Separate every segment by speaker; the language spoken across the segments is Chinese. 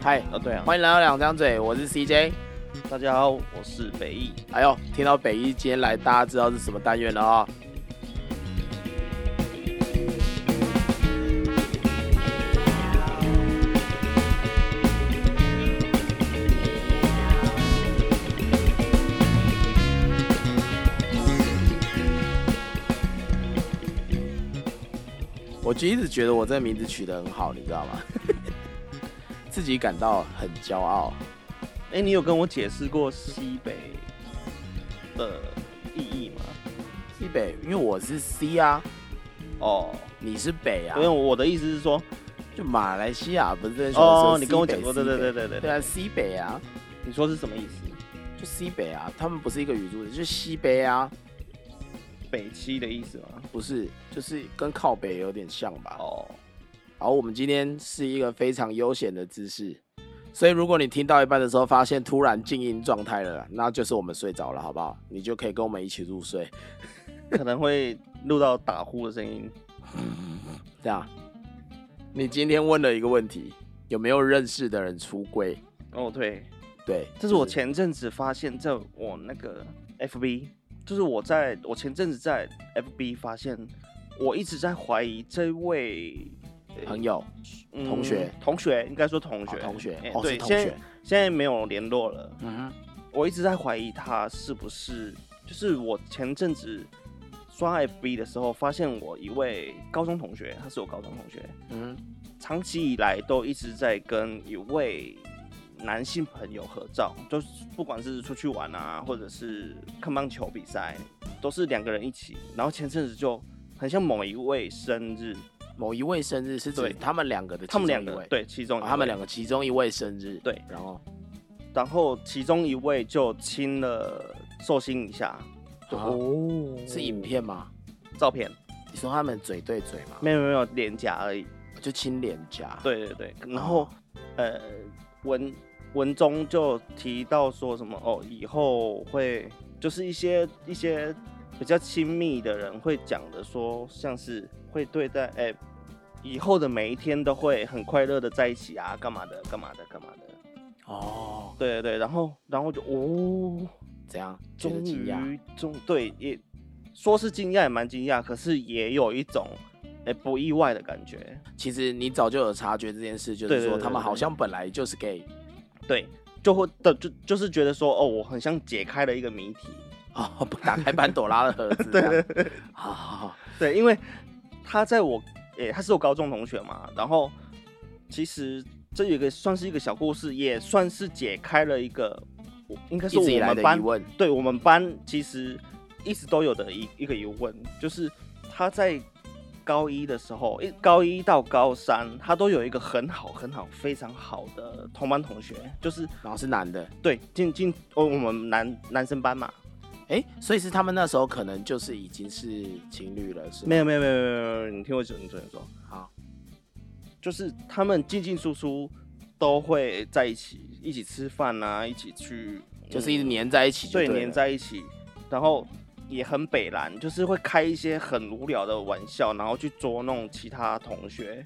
Speaker 1: 嗨，
Speaker 2: 啊，对啊，
Speaker 1: 欢迎来到两张嘴，我是 CJ。
Speaker 2: 大家好，我是北艺。
Speaker 1: 哎呦，听到北一今天来，大家知道是什么单元了啊、我就一直觉得我这个名字取得很好，你知道吗？自己感到很骄傲。
Speaker 2: 哎、你有跟我解释过西北的意义吗？
Speaker 1: 西北，因为我是 C 啊，
Speaker 2: 哦，
Speaker 1: 你是北啊
Speaker 2: 因为，我的意思是说，
Speaker 1: 就马来西亚不是
Speaker 2: 哦，你跟我讲过，对
Speaker 1: 的，
Speaker 2: 对对
Speaker 1: 对
Speaker 2: 对对
Speaker 1: 对啊，西北啊，
Speaker 2: 你说是什么意思？
Speaker 1: 就西北啊，他们不是一个语族的，就是西北啊，
Speaker 2: 北七的意思吗？
Speaker 1: 不是，就是跟靠北有点像吧。
Speaker 2: 哦，
Speaker 1: 好，我们今天是一个非常悠闲的姿势，所以如果你听到一半的时候发现突然静音状态了，那就是我们睡着了，好不好？你就可以跟我们一起入睡，
Speaker 2: 可能会录到打呼的声音。
Speaker 1: 这样。你今天问了一个问题，有没有认识的人出轨？
Speaker 2: 哦，对，
Speaker 1: 对，
Speaker 2: 这是我前阵子发现，在我那个 FB，就是我在我前阵子在 FB 发现，我一直在怀疑这位
Speaker 1: 朋友。
Speaker 2: 嗯
Speaker 1: 同学
Speaker 2: 同学应该说同学，
Speaker 1: 哦同学
Speaker 2: 哎
Speaker 1: 哦是
Speaker 2: 对，
Speaker 1: 同
Speaker 2: 现在
Speaker 1: 学
Speaker 2: 现在没有联络了。
Speaker 1: 嗯
Speaker 2: 我一直在怀疑他是不是，就是我前阵子刷 FB 的时候，发现我一位高中同学，他是我高中同学，
Speaker 1: 嗯，
Speaker 2: 长期以来都一直在跟一位男性朋友合照，就是不管是出去玩啊，或者是看棒球比赛，都是两个人一起。然后前阵子就很像某一位生日，
Speaker 1: 某一位生日是指
Speaker 2: 对
Speaker 1: 他们两个的其
Speaker 2: 他
Speaker 1: 中一
Speaker 2: 们
Speaker 1: 位，
Speaker 2: 两个对，其中
Speaker 1: 哦他们两
Speaker 2: 个。
Speaker 1: 个其中一位生日，
Speaker 2: 对，
Speaker 1: 然后
Speaker 2: 然后其中一位就亲了寿星一下，就
Speaker 1: 啊
Speaker 2: 哦，
Speaker 1: 是影片吗？
Speaker 2: 照片，
Speaker 1: 你说他们嘴对嘴吗？
Speaker 2: 没有没有脸颊而已。
Speaker 1: 就亲脸颊，，
Speaker 2: 对对对，然后、呃文文中就提到说什么哦，以后会就是一些一些比较亲密的人会讲的说，像是会对待哎、以后的每一天都会很快乐的在一起啊，干嘛的干嘛的干嘛的。
Speaker 1: 哦，
Speaker 2: 对对对，然后然后就哦。
Speaker 1: 怎样？觉得
Speaker 2: 终
Speaker 1: 惊讶，
Speaker 2: 于终对也说是惊讶也蛮惊讶，可是也有一种哎、不意外的感觉。
Speaker 1: 其实你早就有察觉这件事，就
Speaker 2: 对
Speaker 1: 是
Speaker 2: 对
Speaker 1: 说
Speaker 2: 对
Speaker 1: 他们
Speaker 2: 对
Speaker 1: 好
Speaker 2: 对
Speaker 1: 像本来就是 gay
Speaker 2: 对，就会的就就是觉得说哦，我很像解开了一个谜题。
Speaker 1: 哦，打开潘朵拉的盒子，啊对对对，好好好，
Speaker 2: 对，因为他在我哎、他是我高中同学嘛，然后其实这有一个算是一个小故事，也算是解开了一个我应该是
Speaker 1: 一
Speaker 2: 我
Speaker 1: 直以来的
Speaker 2: 们
Speaker 1: 疑
Speaker 2: 班
Speaker 1: 问，
Speaker 2: 对我们班其实一直都有的一一个疑问，就是他在高一的时候，一高一到高三，他都有一个很好很好非常好的同班同学，就是
Speaker 1: 然后是男的，
Speaker 2: 对进进哦我们男男生班嘛，
Speaker 1: 哎，所以是他们那时候可能就是已经是情侣了，是吗
Speaker 2: 没有没有没有没有没有，你听我讲，你听我说，
Speaker 1: 好，
Speaker 2: 就是他们进进出出都会在一起，一起吃饭啊，一起去，
Speaker 1: 就是一直
Speaker 2: 嗯
Speaker 1: 黏在一起就
Speaker 2: 对
Speaker 1: 了
Speaker 2: 黏在一起，然后也很北蓝，就是会开一些很无聊的玩笑，然后去捉弄其他同学。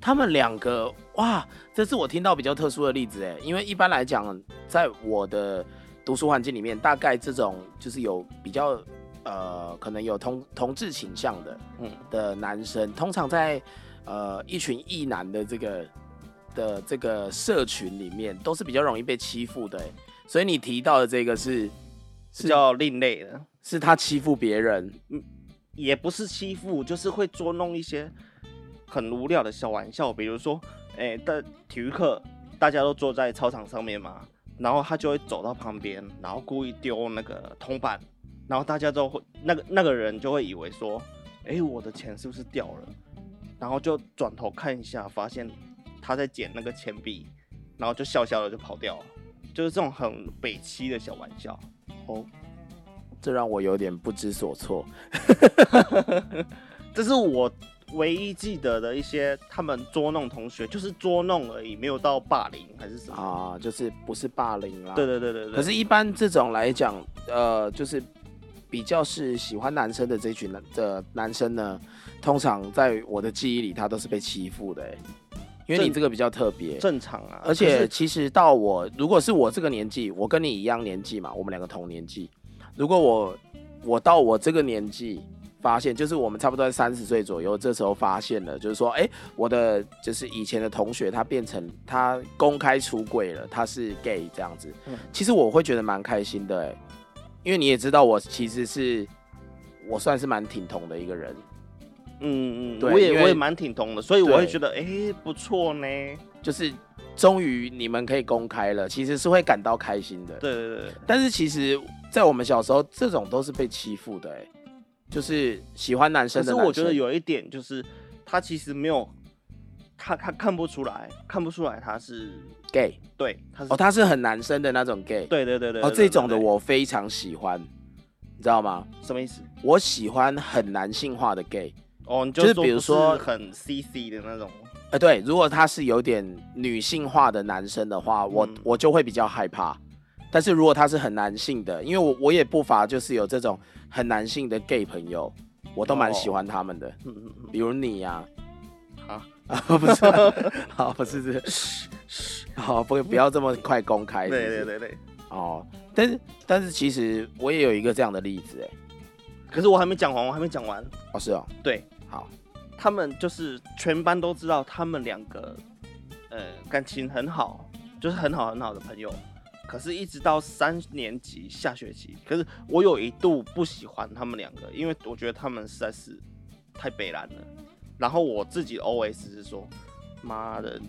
Speaker 1: 他们两个哇，这是我听到比较特殊的例子哎，因为一般来讲，在我的读书环境里面，大概这种就是有比较呃，可能有同同志倾向的
Speaker 2: 嗯，
Speaker 1: 的男生，通常在呃一群异男的这个的这个社群里面，都是比较容易被欺负的哎。所以你提到的这个是
Speaker 2: 比较另类的，
Speaker 1: 是他欺负别人，
Speaker 2: 也不是欺负，就是会捉弄一些很无聊的小玩笑，比如说，哎、在体育课大家都坐在操场上面嘛，然后他就会走到旁边，然后故意丢那个铜板，然后大家都会那个那个人就会以为说，哎、我的钱是不是掉了？然后就转头看一下，发现他在捡那个钱币，然后就笑笑的就跑掉了，就是这种很北欺的小玩笑。哦
Speaker 1: 这让我有点不知所措。
Speaker 2: 这是我唯一记得的一些他们捉弄同学，就是捉弄而已，没有到霸凌还是什么。
Speaker 1: 啊，就是不是霸凌啦，
Speaker 2: 对对对对对。
Speaker 1: 可是，一般这种来讲，呃，就是比较是喜欢男生的这群男的男生呢，通常在我的记忆里，他都是被欺负的、欸。因为你
Speaker 2: 正
Speaker 1: 这个比较特别。
Speaker 2: 正常啊。
Speaker 1: 而
Speaker 2: 可
Speaker 1: 且
Speaker 2: 是
Speaker 1: 其实到我，如果是我这个年纪，我跟你一样年纪嘛，我们两个同年纪。如果我我到我这个年纪，发现就是我们差不多在三十岁左右，这时候发现了，就是说，哎、我的就是以前的同学，他变成他公开出柜了，他是 gay 这样子
Speaker 2: 嗯。
Speaker 1: 其实我会觉得蛮开心的、哎，因为你也知道，我其实是我算是蛮挺同的一个人。
Speaker 2: 嗯嗯，
Speaker 1: 对
Speaker 2: 我也
Speaker 1: 因为
Speaker 2: 我也蛮挺同的，所以我会
Speaker 1: 对
Speaker 2: 觉得哎、诶不错呢。
Speaker 1: 就是终于你们可以公开了，其实是会感到开心的。
Speaker 2: 对对对，
Speaker 1: 但是其实，在我们小时候，这种都是被欺负的、哎，就是喜欢男
Speaker 2: 可
Speaker 1: 生的
Speaker 2: 是
Speaker 1: 男生。
Speaker 2: 我觉得有一点就是他其实没有，他他看不出来，看不出来他是
Speaker 1: gay
Speaker 2: 对他是、
Speaker 1: 哦，他是很男生的那种 gay。
Speaker 2: 对对对对
Speaker 1: 哦，
Speaker 2: 对对
Speaker 1: 这种的
Speaker 2: 对
Speaker 1: 我非常喜欢，你知道吗？
Speaker 2: 什么意思？
Speaker 1: 我喜欢很男性化的 gay。
Speaker 2: 哦，你
Speaker 1: 就是是比如
Speaker 2: 不
Speaker 1: 说
Speaker 2: 很 CC 的那种，
Speaker 1: 呃，对，如果他是有点女性化的男生的话，我、
Speaker 2: 嗯
Speaker 1: 我就会比较害怕。但是如果他是很男性的，因为我我也不乏就是有这种很男性的 gay 朋友，我都蛮
Speaker 2: 哦
Speaker 1: 喜欢他们的，
Speaker 2: 嗯嗯嗯，
Speaker 1: 比如你呀、
Speaker 2: 好，
Speaker 1: 啊， 不 是啊，好，不是是， 好，哦不不要这么快公开，
Speaker 2: 对
Speaker 1: 是不是
Speaker 2: 对对对。
Speaker 1: 哦，但是但是其实我也有一个这样的例子，哎，
Speaker 2: 可是我还没讲完，我还没讲完。
Speaker 1: 哦是哦，
Speaker 2: 对
Speaker 1: 好，
Speaker 2: 他们就是全班都知道他们两个，呃，感情很好，就是很好很好的朋友。可是，一直到三年级下学期，可是我有一度不喜欢他们两个，因为我觉得他们实在是太北蓝了。然后我自己 OS 是说，妈的，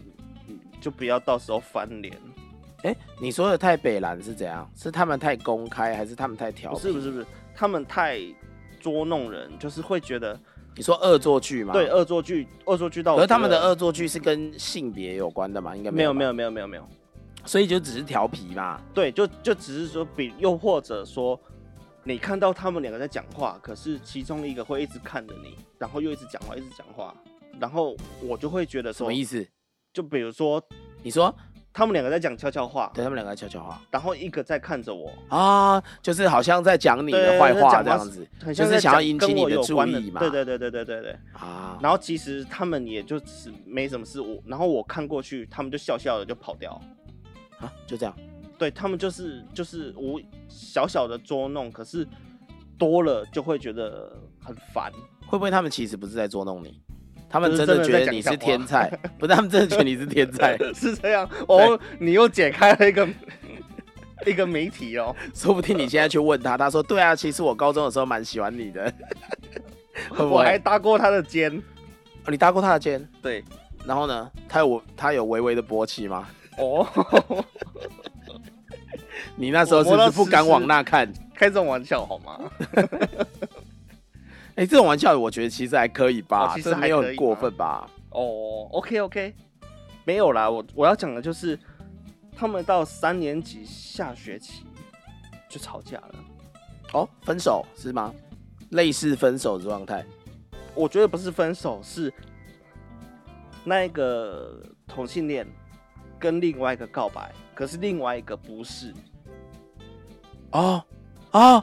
Speaker 2: 你就不要到时候翻脸。
Speaker 1: 哎，你说的太北蓝是怎样？是他们太公开，还是他们太调
Speaker 2: 不
Speaker 1: 皮？
Speaker 2: 是不是不是，他们太捉弄人，就是会觉得
Speaker 1: 你说恶作剧吗？
Speaker 2: 对恶作剧，恶作剧到我
Speaker 1: 可是他
Speaker 2: 觉
Speaker 1: 们的
Speaker 2: 得
Speaker 1: 恶作剧是跟性别有关的嘛？应该
Speaker 2: 没有没
Speaker 1: 有吧，
Speaker 2: 有没有没有没有，
Speaker 1: 所以就只是调皮嘛。
Speaker 2: 对，就就只是说比，又或者说你看到他们两个在讲话，可是其中一个会一直看着你，然后又一直讲话，一直讲话，然后我就会觉得
Speaker 1: 什
Speaker 2: 说
Speaker 1: 么，意思？
Speaker 2: 就比如说
Speaker 1: 你说
Speaker 2: 他们两个在讲悄悄话，
Speaker 1: 对他们两个悄悄话
Speaker 2: 然后一个在看着我，
Speaker 1: 啊，就是好像在讲你的
Speaker 2: 对
Speaker 1: 坏话
Speaker 2: 讲
Speaker 1: 这
Speaker 2: 话
Speaker 1: 样子
Speaker 2: 很
Speaker 1: 就
Speaker 2: 像
Speaker 1: 是
Speaker 2: 在
Speaker 1: 想要
Speaker 2: 讲
Speaker 1: 引
Speaker 2: 跟
Speaker 1: 起你
Speaker 2: 我
Speaker 1: 的
Speaker 2: 有
Speaker 1: 注
Speaker 2: 关的
Speaker 1: 意嘛
Speaker 2: 对对对对对对对。
Speaker 1: 啊。
Speaker 2: 然后其实他们也就只是没什么事，我然后我看过去，他们就笑笑的就跑掉。
Speaker 1: 啊，就这样。
Speaker 2: 对他们就是就是无小小的捉弄，可是多了就会觉得很烦。
Speaker 1: 会不会他们其实不是在捉弄你？他们
Speaker 2: 就是
Speaker 1: 真的
Speaker 2: 真的
Speaker 1: 觉
Speaker 2: 在
Speaker 1: 得
Speaker 2: 讲
Speaker 1: 你
Speaker 2: 笑
Speaker 1: 是
Speaker 2: 话
Speaker 1: 天 才，不是他们真的觉得你是天才，
Speaker 2: 哎是这样哦，你又解开了一个 一个谜题哦。
Speaker 1: 说不定你现在去问他，他说对啊，其实我高中的时候蛮喜欢你 的，会不
Speaker 2: 我还
Speaker 1: 会？
Speaker 2: 搭过他的肩，
Speaker 1: 哦你搭过他的肩，
Speaker 2: 对，
Speaker 1: 然后呢，他有他有微微的勃起吗？
Speaker 2: 哦，
Speaker 1: 你那时候是不是不敢往那看？
Speaker 2: 开这种玩笑好吗？
Speaker 1: 哎、这种玩笑我觉得其实还可以吧，
Speaker 2: 哦其实
Speaker 1: 这没有
Speaker 2: 还可
Speaker 1: 很
Speaker 2: 以
Speaker 1: 过
Speaker 2: 吗
Speaker 1: 分吧？
Speaker 2: 哦，OK OK，没有啦，我我要讲的就是他们到三年级下学期就吵架了。
Speaker 1: 哦，分手是吗？类似分手的状态，
Speaker 2: 我觉得不是分手，是那一个同性恋跟另外一个告白，可是另外一个不是。
Speaker 1: 哦哦，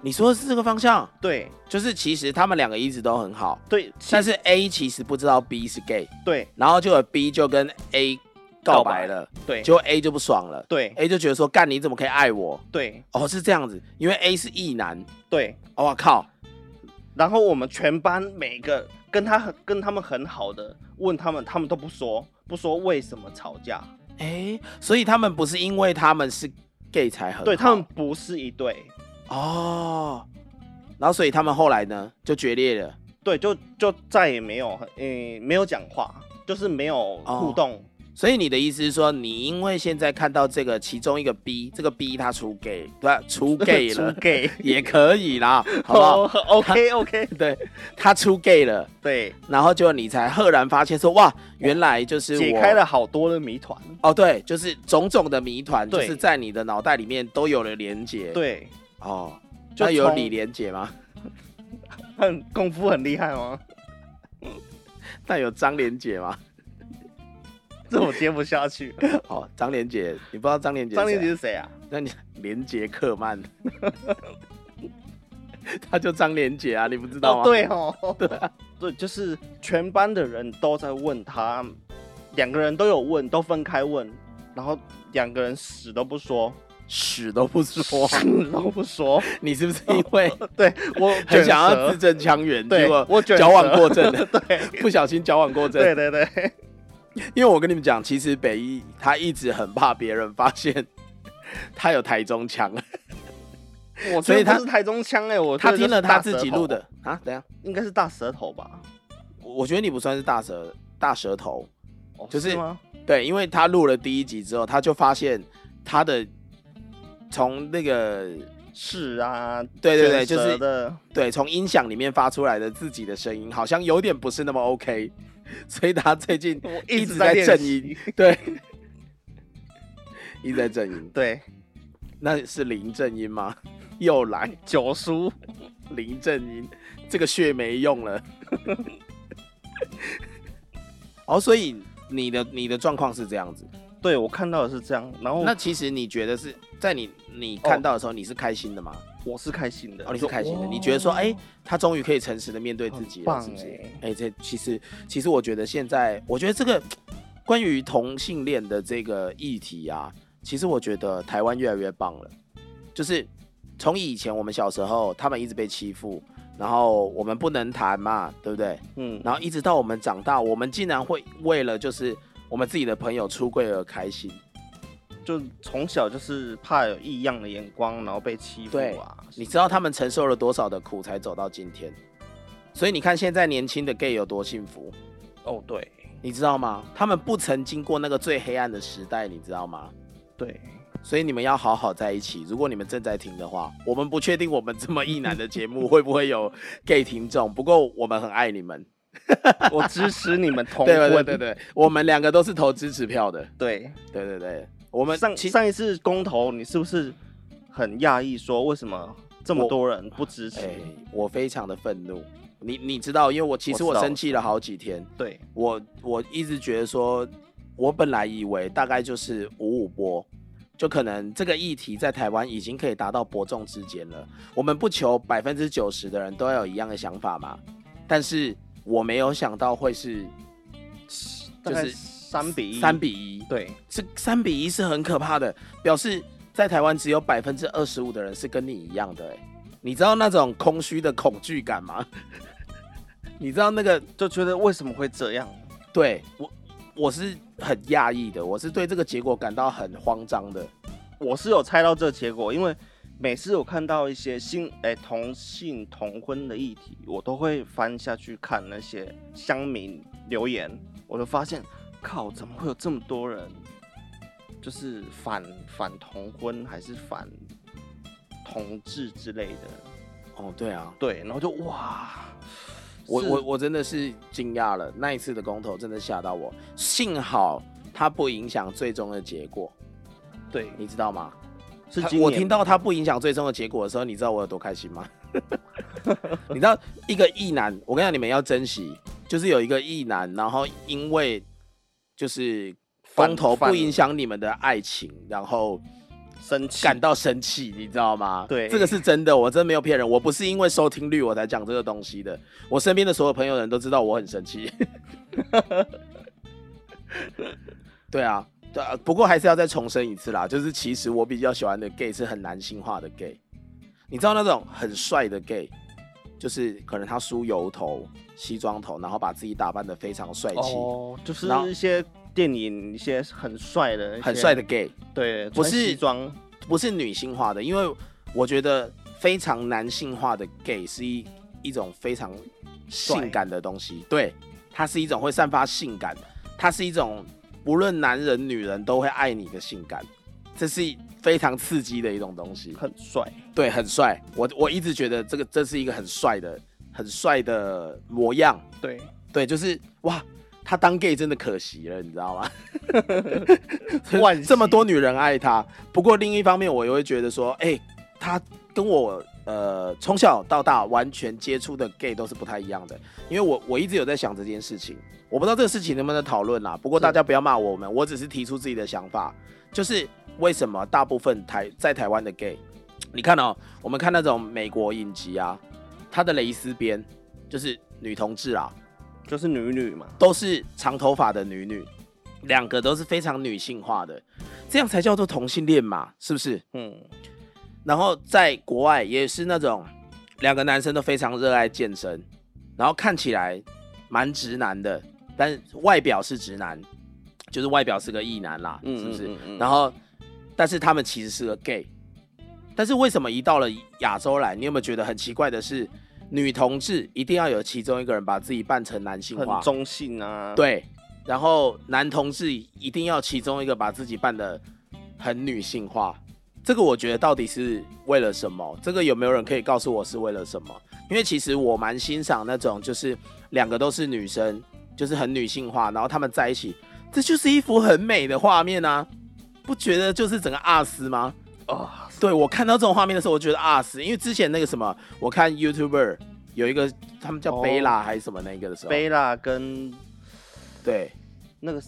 Speaker 1: 你说的是这个方向，
Speaker 2: 对
Speaker 1: 就是其实他们两个一直都很好，
Speaker 2: 对，其
Speaker 1: 但是 A 其实不知道 B 是 gay，
Speaker 2: 对
Speaker 1: 然后就有 B 就跟 A 告白了，
Speaker 2: 对
Speaker 1: 结果 A 就不爽了
Speaker 2: 对
Speaker 1: ，A 就觉得说干你怎么可以爱我？
Speaker 2: 对
Speaker 1: 哦，是这样子，因为 A 是异男，
Speaker 2: 对，
Speaker 1: 哦我、靠，
Speaker 2: 然后我们全班每个跟他很跟他们很好的问他们，他们都不说，不说为什么吵架。
Speaker 1: 哎，所以他们不是因为他们是 gay 才很好，
Speaker 2: 对他们不是一对，
Speaker 1: 哦，然后所以他们后来呢就决裂了。
Speaker 2: 对就就再也没有嗯、没有讲话，就是没有互
Speaker 1: 哦
Speaker 2: 动。
Speaker 1: 所以你的意思是说，你因为现在看到这个其中一个 B，这个 B 他出 gay，对吧，出 gay 了
Speaker 2: 出哦 gay，
Speaker 1: 也可以啦，好不好？
Speaker 2: ？OK OK，
Speaker 1: 对，他出 gay 了，
Speaker 2: 对，
Speaker 1: 然后就你才赫然发现说，哇，原来就是我
Speaker 2: 解开了好多的谜团。
Speaker 1: 哦，对，就是种种的谜团，就
Speaker 2: 对
Speaker 1: 是在你的脑袋里面都有了连结。，
Speaker 2: 对，
Speaker 1: 哦，
Speaker 2: 就
Speaker 1: 那有
Speaker 2: 从
Speaker 1: 李连结吗？
Speaker 2: 很功夫很厉害哦吗？
Speaker 1: 那有张连结吗？
Speaker 2: 这我接不 下去。
Speaker 1: 哦，张连结，你不知道张连结？
Speaker 2: 张连杰是谁啊？
Speaker 1: 那你连杰克曼， 他就张连杰啊，你不知道吗？
Speaker 2: 哦
Speaker 1: 啊
Speaker 2: 哦，对哦，对、对，就是全班的人都在问他两个人都有问，都分开问，然后两个人死都 不说，
Speaker 1: 屎都不说，
Speaker 2: 死都不 说。
Speaker 1: 你是不是因为
Speaker 2: 对 我
Speaker 1: 很想要
Speaker 2: 卷
Speaker 1: 字
Speaker 2: 舌
Speaker 1: 正腔圆，结
Speaker 2: 对
Speaker 1: 果
Speaker 2: 我卷
Speaker 1: 矫枉
Speaker 2: 舌？
Speaker 1: 过正了
Speaker 2: 对
Speaker 1: 不小心矫枉过正，
Speaker 2: 对对对，
Speaker 1: 因为我跟你们讲，其实北一他一直很怕别人发现他有台中腔，
Speaker 2: 我
Speaker 1: 哦所以
Speaker 2: 觉得
Speaker 1: 他
Speaker 2: 不是台中腔哎、我
Speaker 1: 他
Speaker 2: 觉得
Speaker 1: 听
Speaker 2: 就是
Speaker 1: 了他
Speaker 2: 大
Speaker 1: 自
Speaker 2: 舌
Speaker 1: 己
Speaker 2: 头
Speaker 1: 录，的啊。等一下，
Speaker 2: 应该是大舌头吧？
Speaker 1: 我我觉得你不算是大舌大舌头，
Speaker 2: 哦
Speaker 1: 就是
Speaker 2: 吗？
Speaker 1: 对，因为他录了第一集之后，他就发现他的从那个
Speaker 2: 是啊，
Speaker 1: 对对对
Speaker 2: 卷
Speaker 1: 就是
Speaker 2: 舌的
Speaker 1: 对从音响里面发出来的自己的声音，好像有点不是那么 OK，所以 他最近
Speaker 2: 我
Speaker 1: 一
Speaker 2: 直
Speaker 1: 直在
Speaker 2: 练
Speaker 1: 正
Speaker 2: 习
Speaker 1: 音，对，一直在正音，
Speaker 2: 对
Speaker 1: 那是林正音吗？又来。
Speaker 2: 九叔，
Speaker 1: 林正英，这个血没用了。 哦，所以你的你的状况是这样子。
Speaker 2: 对我看到的是这样，然后
Speaker 1: 那其实你觉得是在你你看到的时候，你是开心的吗？
Speaker 2: 我是开心的，
Speaker 1: 哦，你是
Speaker 2: 就
Speaker 1: 开心的，
Speaker 2: 哇
Speaker 1: 你觉得说，哎、他终于可以诚实的面对自己了，
Speaker 2: 很棒
Speaker 1: 是不是
Speaker 2: 哎？
Speaker 1: 哎、这其实其实我觉得现在，我觉得这个关于同性恋的这个议题啊，其实我觉得台湾越来越棒了，就是从以前我们小时候，他们一直被欺负，然后我们不能谈嘛，对不对？
Speaker 2: 嗯，
Speaker 1: 然后一直到我们长大，我们竟然会为了就是我们自己的朋友出柜而开心，
Speaker 2: 就从小就是怕有异样的眼光，然后被欺负
Speaker 1: 对
Speaker 2: 啊，
Speaker 1: 你知道他们承受了多少的苦才走到今天？所以你看现在年轻的 gay 有多幸福，
Speaker 2: 哦，对
Speaker 1: 你知道吗？他们不曾经过那个最黑暗的时代，你知道吗？
Speaker 2: 对，
Speaker 1: 所以你们要好好在一起。如果你们正在听的话，我们不确定我们这么一男的节目 会不会有 gay 听众，不过我们很爱你们。
Speaker 2: 我支持你们同
Speaker 1: 对对
Speaker 2: 婚，
Speaker 1: 对对对，我们两个都是投支持票的。
Speaker 2: 对
Speaker 1: 对对对，我
Speaker 2: 我
Speaker 1: 们
Speaker 2: 上
Speaker 1: 其
Speaker 2: 上一次公投，你是不是很讶异，说为什么这么
Speaker 1: 我
Speaker 2: 多人不支持？
Speaker 1: 哎、我非常的愤怒。你你知道，因为我其实
Speaker 2: 我
Speaker 1: 我
Speaker 2: 知道
Speaker 1: 生气了好几天，
Speaker 2: 对
Speaker 1: 我我一直觉得说，我本来以为大概就是五五波，就可能这个议题在台湾已经可以达到伯仲之间了。我们不求百分之九十的人都要有一样的想法嘛，但是我没有想到会是
Speaker 2: 大概三比一，
Speaker 1: 三比一，
Speaker 2: 对
Speaker 1: 是三比一是很可怕的，表示在台湾只有百分之二十五的人是跟你一样的、欸，你知道那种空虚的恐惧感吗？ 你知道那个
Speaker 2: 就觉得为什么会这样？
Speaker 1: 对我，我是很讶异的，我是对这个结果感到很慌张的。
Speaker 2: 我是有猜到这结果，因为每次我看到一些新哎、同性同婚的议题，我都会翻下去看那些乡民留言，我就发现，靠，怎么会有这么多人，就是反反同婚还是反同志之类的？
Speaker 1: 哦，对啊，
Speaker 2: 对，然后就哇，
Speaker 1: 我
Speaker 2: 是
Speaker 1: 我我真的是惊讶了，那一次的公投真的吓到我，幸好它不影响最终的结果，
Speaker 2: 对，
Speaker 1: 你知道吗？
Speaker 2: 是
Speaker 1: 他
Speaker 2: 今
Speaker 1: 我
Speaker 2: 年
Speaker 1: 听到它不影响最终的结果的时候，你知道我有多开心吗？ 你知道一个异男，我跟你讲，你们要珍惜，就是有一个异男，然后因为就是
Speaker 2: 反
Speaker 1: 公投
Speaker 2: 反
Speaker 1: 不影响你们的爱情，然后
Speaker 2: 生气，
Speaker 1: 感到生气，你知道吗？
Speaker 2: 对
Speaker 1: 这个是真的，我真没有骗人，我不是因为收听率我才讲这个东西的，我身边的所有朋友人都知道我很生 气。对啊，对啊，不过还是要再重申一次啦，就是其实我比较喜欢的 gay 是很男性化的 gay，你知道那种很帅的 gay，就是可能他梳油头、西装头，然后把自己打扮得非常帅气，
Speaker 2: 哦，就是
Speaker 1: 然后
Speaker 2: 一些电影一些很帅的，
Speaker 1: 很帅
Speaker 2: 的，
Speaker 1: 的 gay。
Speaker 2: 对，
Speaker 1: 不
Speaker 2: 穿西
Speaker 1: 是
Speaker 2: 装，
Speaker 1: 不是女性化的，因为我觉得非常男性化的 gay 是一一种非常性感的东西，对，它是一种会散发性感，它是一种不论男人女人都会爱你的性感，这是非常刺激的一种东西，
Speaker 2: 很帅。
Speaker 1: 对，很帅，我我一直觉得这个这是一个很帅的很帅的模样，
Speaker 2: 对，
Speaker 1: 对，就是哇。他当 gay 真的可惜了，你知道吗？
Speaker 2: 惋惜
Speaker 1: 这么多女人爱他。不过另一方面，我也会觉得说，哎、他跟我呃从小到大完全接触的 gay 都是不太一样的。因为我我一直有在想这件事情，我不知道这个事情能不能讨论啦。不过大家不要骂我们，我只是提出自己的想法，就是为什么大部分台在台湾的 gay，你看哦，我们看那种美国影集啊，他的蕾丝边就是女同志啊，
Speaker 2: 就是女女嘛，
Speaker 1: 都是长头发的女女，两个都是非常女性化的，这样才叫做同性恋嘛，是不是？
Speaker 2: 嗯，
Speaker 1: 然后在国外也是那种两个男生都非常热爱健身，然后看起来蛮直男的，但是外表是直男，就是外表是个异男啦，
Speaker 2: 嗯
Speaker 1: 是不是？
Speaker 2: 嗯嗯嗯
Speaker 1: 然后，但是他们其实是个 gay，但是为什么一到了亚洲来，你有没有觉得很奇怪的是，女同志一定要有其中一个人把自己扮成男性化
Speaker 2: 很，中性啊，，
Speaker 1: 对，然后男同志一定要其中一个把自己扮的很女性化，这个我觉得到底是为了什么？这个有没有人可以告诉我是为了什么？因为其实我蛮欣赏那种就是两个都是女生，就是很女性化，然后他们在一起，这就是一幅很美的画面啊，不觉得就是整个阿斯吗？
Speaker 2: 啊、
Speaker 1: 对我看到这种画面的时候，我觉得啊死，因为之前那个什么，我看 YouTuber 有一个他们叫
Speaker 2: 哦
Speaker 1: 贝拉还是什么那个的时候，
Speaker 2: 贝拉跟
Speaker 1: 对，
Speaker 2: 那个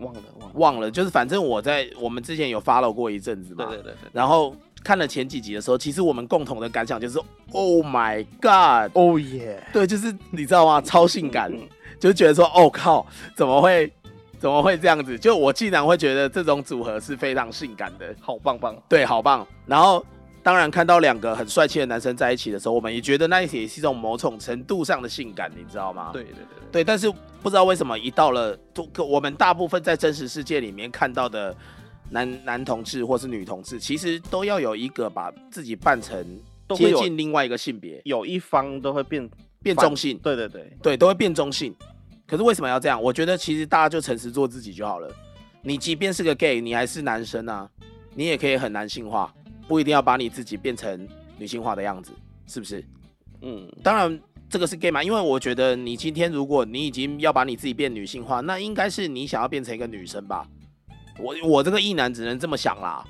Speaker 2: 忘了忘了，
Speaker 1: 忘了，就是反正我在我们之前有 follow 过一阵子嘛，
Speaker 2: 对对对对
Speaker 1: 然后看了前几集的时候，其实我们共同的感想就是，Oh my god，
Speaker 2: 哦耶，
Speaker 1: 对，就是你知道吗？超性感，
Speaker 2: 嗯
Speaker 1: 就觉得说，哦靠，怎么会怎么会这样子？就我竟然会觉得这种组合是非常性感的，
Speaker 2: 好棒棒，
Speaker 1: 对，好棒。然后当然看到两个很帅气的男生在一起的时候，我们也觉得那也是一种某种程度上的性感，你知道吗？
Speaker 2: 对对对对，
Speaker 1: 对，但是不知道为什么一到了都我们大部分在真实世界里面看到的男男同志或是女同志，其实都要有一个把自己扮成
Speaker 2: 都会
Speaker 1: 接
Speaker 2: 有
Speaker 1: 近另外一个性别，
Speaker 2: 有一方都会变，
Speaker 1: 变
Speaker 2: 反
Speaker 1: 中性，
Speaker 2: 对对对，
Speaker 1: 对，都会变中性。可是为什么要这样？我觉得其实大家就诚实做自己就好了。你即便是个 gay，你还是男生啊，你也可以很男性化，不一定要把你自己变成女性化的样子，是不是？
Speaker 2: 嗯，
Speaker 1: 当然这个是 gay 嘛，因为我觉得你今天如果你已经要把你自己变女性化，那应该是你想要变成一个女生吧。我我这个异男只能这么想啦，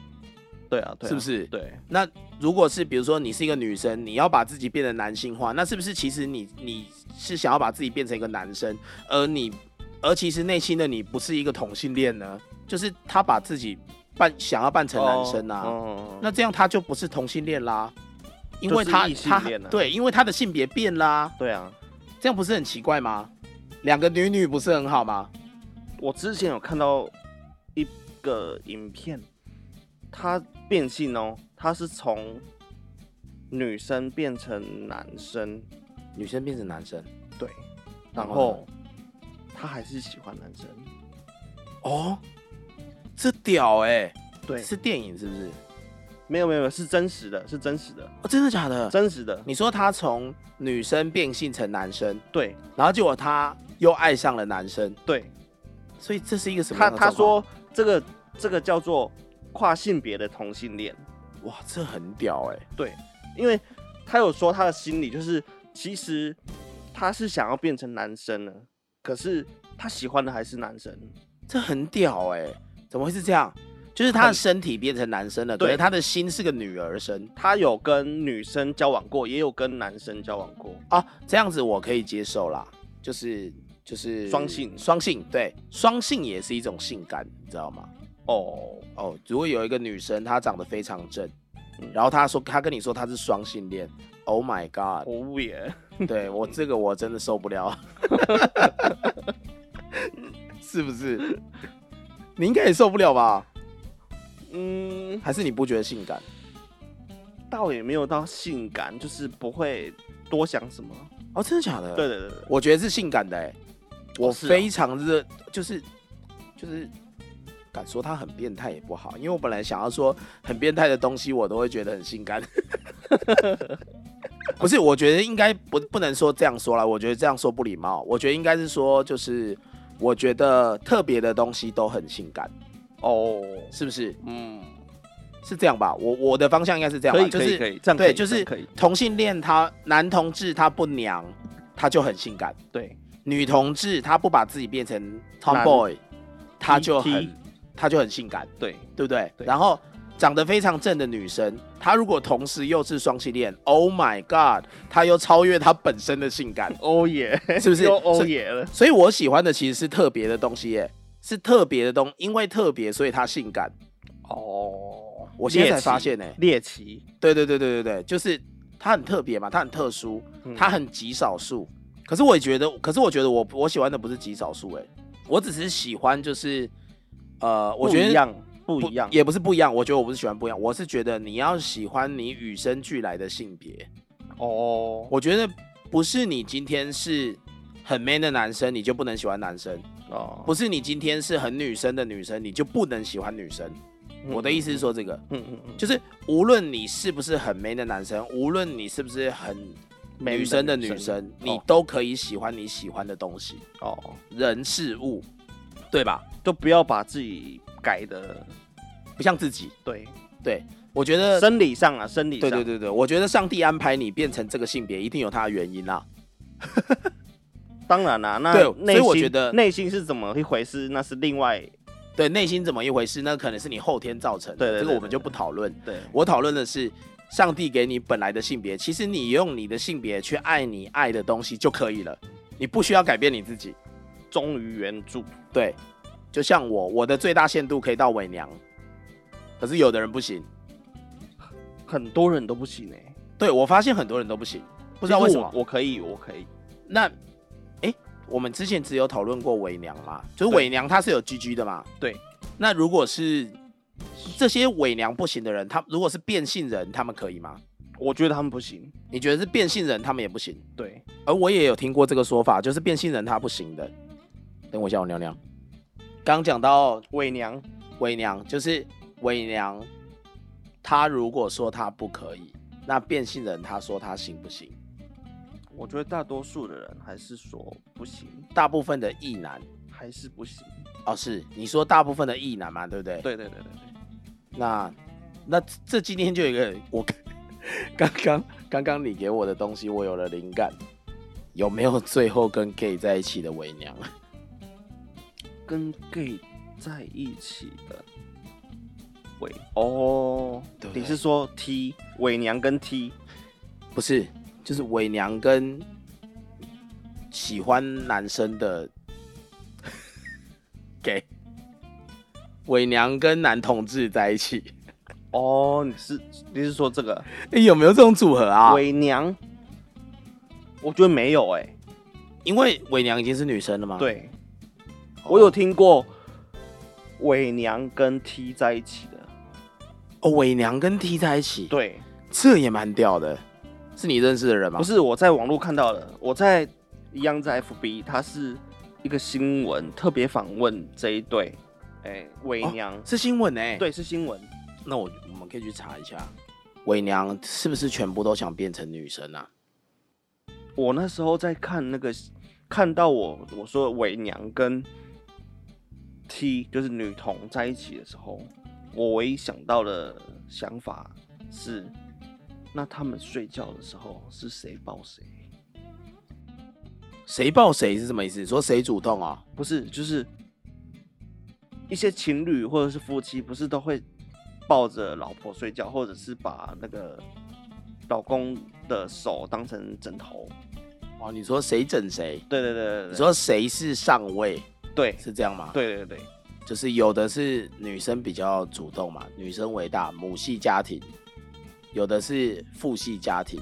Speaker 2: 对啊，对啊
Speaker 1: 是不是？
Speaker 2: 对，
Speaker 1: 那如果是比如说你是一个女生，你要把自己变得男性化，那是不是其实你你是想要把自己变成一个男生，而你而其实内心的你不是一个同性恋呢？就是他把自己扮想要扮成男生啊，
Speaker 2: 哦
Speaker 1: 那这样他就不是同性恋啦，因
Speaker 2: 就
Speaker 1: 为
Speaker 2: 是
Speaker 1: 他、
Speaker 2: 异性
Speaker 1: 他
Speaker 2: 恋啊
Speaker 1: 对，因为他的性别变啦。
Speaker 2: 对啊，
Speaker 1: 这样不是很奇怪吗？两个女女不是很好吗？
Speaker 2: 我之前有看到一个影片，他变性哦，他是从女生变成男生，
Speaker 1: 女生变成男生
Speaker 2: 对，
Speaker 1: 然
Speaker 2: 然
Speaker 1: 后
Speaker 2: 后他还是喜欢男生，
Speaker 1: 哦，这屌哎、
Speaker 2: 对，
Speaker 1: 是电影是不是？
Speaker 2: 没有没有没有是真实的，是真实的，
Speaker 1: 哦，真的假的？
Speaker 2: 真实的，
Speaker 1: 你说他从女生变性成男生，
Speaker 2: 对
Speaker 1: 然后结果他又爱上了男生，
Speaker 2: 对，
Speaker 1: 所以这是一个什么
Speaker 2: 他
Speaker 1: 样的
Speaker 2: 他
Speaker 1: 状况
Speaker 2: 说这个这个叫做跨性别的同性恋，
Speaker 1: 哇，这很屌哎、
Speaker 2: 对，因为他有说他的心理就是，其实他是想要变成男生了，可是他喜欢的还是男生。
Speaker 1: 这很屌哎、怎么会是这样？就是他的
Speaker 2: 很
Speaker 1: 身体变成男生了，
Speaker 2: 对
Speaker 1: 可是他的心是个女儿身
Speaker 2: 他有跟女生交往过，也有跟男生交往过。
Speaker 1: 啊，这样子我可以接受啦，就是就是
Speaker 2: 双性
Speaker 1: 双性对，双性也是一种性感，你知道吗？
Speaker 2: 哦，
Speaker 1: 哦，如果有一个女生她长得非常正，
Speaker 2: 嗯
Speaker 1: 然后她说她跟你说她是双性恋，Oh my god！
Speaker 2: 哦耶，
Speaker 1: 对我这个我真的受不了， 是不是？你应该也受不了吧？
Speaker 2: 嗯，
Speaker 1: 还是你不觉得性感？
Speaker 2: 倒也没有到性感，就是不会多想什么。
Speaker 1: 哦，真的假的？
Speaker 2: 对，对对对，
Speaker 1: 我觉得是性感的、欸，我
Speaker 2: 是哦
Speaker 1: 非常热、就是就是敢说她很变态也不好，因为我本来想要说很变态的东西，我都会觉得很性 感。不是，我觉得应该不不能说这样说啦，我觉得这样说不礼貌。我觉得应该是说，就是我觉得特别的东西都很性感，
Speaker 2: 哦，
Speaker 1: 是不是？
Speaker 2: 嗯，
Speaker 1: 是这样吧？我我的方向应该是这样吧，
Speaker 2: 可以
Speaker 1: 就
Speaker 2: 可
Speaker 1: 是
Speaker 2: 以可以，这样可
Speaker 1: 对，
Speaker 2: 以，
Speaker 1: 就
Speaker 2: 这样
Speaker 1: 是
Speaker 2: 可以，
Speaker 1: 同性恋他男同志他不娘，他就很性感。
Speaker 2: 对
Speaker 1: 女同志她不把自己变成 tomboy，她就
Speaker 2: T-
Speaker 1: 很她就很性感，
Speaker 2: 对，
Speaker 1: 对不对？
Speaker 2: 对，
Speaker 1: 然后长得非常正的女生，她如果同时又是双性恋，Oh my god，她又超越她本身的性感
Speaker 2: 哦耶，
Speaker 1: 是不是
Speaker 2: 又哦
Speaker 1: 是
Speaker 2: 耶了，
Speaker 1: 所以我喜欢的其实是特别的东西耶，是特别的东，因为特别所以她性感。
Speaker 2: 哦，
Speaker 1: 我现在才
Speaker 2: 猎奇
Speaker 1: 发现呢、
Speaker 2: 猎奇，
Speaker 1: 对对对对对对，就是她很特别嘛，她很特殊，
Speaker 2: 嗯
Speaker 1: 他很极少数。可是我也觉得，可是我觉得我我喜欢的不是极少数，哎，我只是喜欢就是呃，我
Speaker 2: 不
Speaker 1: 觉
Speaker 2: 一
Speaker 1: 得
Speaker 2: 样，不一样，
Speaker 1: 也不是不一样。我觉得我不是喜欢不一样，我是觉得你要喜欢你与生俱来的性别。
Speaker 2: 哦，
Speaker 1: 我觉得不是你今天是很 man 的男生，你就不能喜欢男生；
Speaker 2: 哦，
Speaker 1: 不是你今天是很女生的女生，你就不能喜欢女生。我的意思是说，这个
Speaker 2: 嗯，嗯嗯
Speaker 1: 就是无论你是不是很 man 的男生，无论你是不是很
Speaker 2: 嗯，
Speaker 1: 女生的女生，你
Speaker 2: 哦
Speaker 1: 都可以喜欢你喜欢的东西、
Speaker 2: 哦，
Speaker 1: 人、事物，对吧？
Speaker 2: 就不要把自己改的，
Speaker 1: 不像自己，
Speaker 2: 对，
Speaker 1: 对我觉得，
Speaker 2: 生理上啊，生理
Speaker 1: 对
Speaker 2: 上，
Speaker 1: 呃对对对，我觉得上帝安排你变成这个性别，一定有它的原因啊啦。
Speaker 2: 当然啦、那
Speaker 1: 对
Speaker 2: 内
Speaker 1: 所以我
Speaker 2: 心
Speaker 1: 觉得
Speaker 2: 内心是怎么一回事，那是另外
Speaker 1: 对，内心怎么一回事，那可能是你后天造成的，
Speaker 2: 对对对
Speaker 1: 这个我们
Speaker 2: 对
Speaker 1: 就不讨论。
Speaker 2: 对
Speaker 1: 我讨论的是上帝给你本来的性别，其实你用你的性别去爱你爱的东西就可以了，你不需要改变你自己。
Speaker 2: 忠于原著，
Speaker 1: 对，就像我，我的最大限度可以到伪娘，可是有的人不行。
Speaker 2: 很多人都不行哎、
Speaker 1: 对我发现很多人都不行，不知道为什么
Speaker 2: 其实。我我可以，我可以，
Speaker 1: 那，哎，我们之前只有讨论过伪娘嘛，就是
Speaker 2: 对
Speaker 1: 伪娘她是有 GG 的嘛。
Speaker 2: 对。
Speaker 1: 那如果是这些伪娘不行的人，他如果是变性人，他们可以吗？
Speaker 2: 我觉得他们不行，
Speaker 1: 你觉得是变性人他们也不行？
Speaker 2: 对，
Speaker 1: 而我也有听过这个说法，就是变性人他不行的。等我一下，我尿尿。刚讲到
Speaker 2: 伪娘，
Speaker 1: 伪娘，就是伪娘，她如果说她不可以，那变性人他说他行不行？
Speaker 2: 我觉得大多数的人还是说不行，
Speaker 1: 大部分的异男
Speaker 2: 还是不行，
Speaker 1: 哦，是你说大部分的异男嘛，对不对？。
Speaker 2: 对对对对对，
Speaker 1: 那那这这今天就有一个我刚刚刚刚你给我的东西，我有了灵感。有没有最后跟 gay 在一起的伪娘？
Speaker 2: 跟 gay 在一起的。伪哦，
Speaker 1: 对不对
Speaker 2: 你是说 T 伪娘跟 T
Speaker 1: 不是，就是伪娘跟喜欢男生的 gay，伪娘跟男同志在一起，
Speaker 2: 哦，你是你是说这个
Speaker 1: 诶有没有这种组合啊？
Speaker 2: 伪娘？我觉得没有哎、
Speaker 1: 因为伪娘已经是女生了嘛。，
Speaker 2: 对，我有听过伪娘跟 T 在一起的，
Speaker 1: 哦，伪娘跟 T 在一起，
Speaker 2: 对，
Speaker 1: 这也蛮屌的。是你认识的人吗？
Speaker 2: 不，是我在网络看到的，我在一样在 FB，它是一个新闻特别访问这一对，哎、伪娘，
Speaker 1: 是新闻哎、，
Speaker 2: 对，是新闻，
Speaker 1: 那我我们可以去查一下，伪娘是不是全部都想变成女生啊？
Speaker 2: 我那时候在看那个，看到我我说伪娘跟 T 就是女童在一起的时候，我唯一想到的想法是，那他们睡觉的时候是谁抱谁？
Speaker 1: 谁抱谁是什么意思？说谁主动啊？
Speaker 2: 不是，就是一些情侣或者是夫妻，不是都会抱着老婆睡觉，或者是把那个老公的手当成枕头。
Speaker 1: 哦，你说谁整谁？
Speaker 2: 对对对对对，
Speaker 1: 你说谁是上位？
Speaker 2: 对
Speaker 1: 是这样吗？，
Speaker 2: 对对对，
Speaker 1: 就是有的是女生比较主动嘛，女生为大，母系家庭；有的是父系家庭，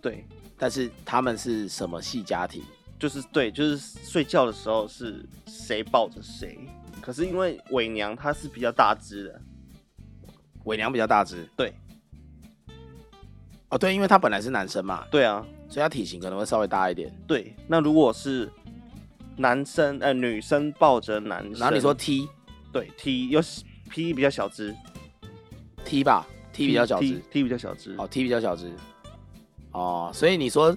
Speaker 2: 对，
Speaker 1: 但是他们是什么系家庭？
Speaker 2: 就是对，就是睡觉的时候是谁抱着谁。可是因为伪娘她是比较大只的，
Speaker 1: 伪娘比较大只
Speaker 2: 对
Speaker 1: 哦，对，因为他本来是男生嘛，
Speaker 2: 对啊，
Speaker 1: 所以他体型可能会稍微大一点。
Speaker 2: 对。那如果是男生呃女生抱着男生，
Speaker 1: 然后你说 T
Speaker 2: 对 T 又 P 比较小只
Speaker 1: T 吧，T 比较小只
Speaker 2: T-，T 比较小只，
Speaker 1: 哦，T 比较小只哦，所以你说，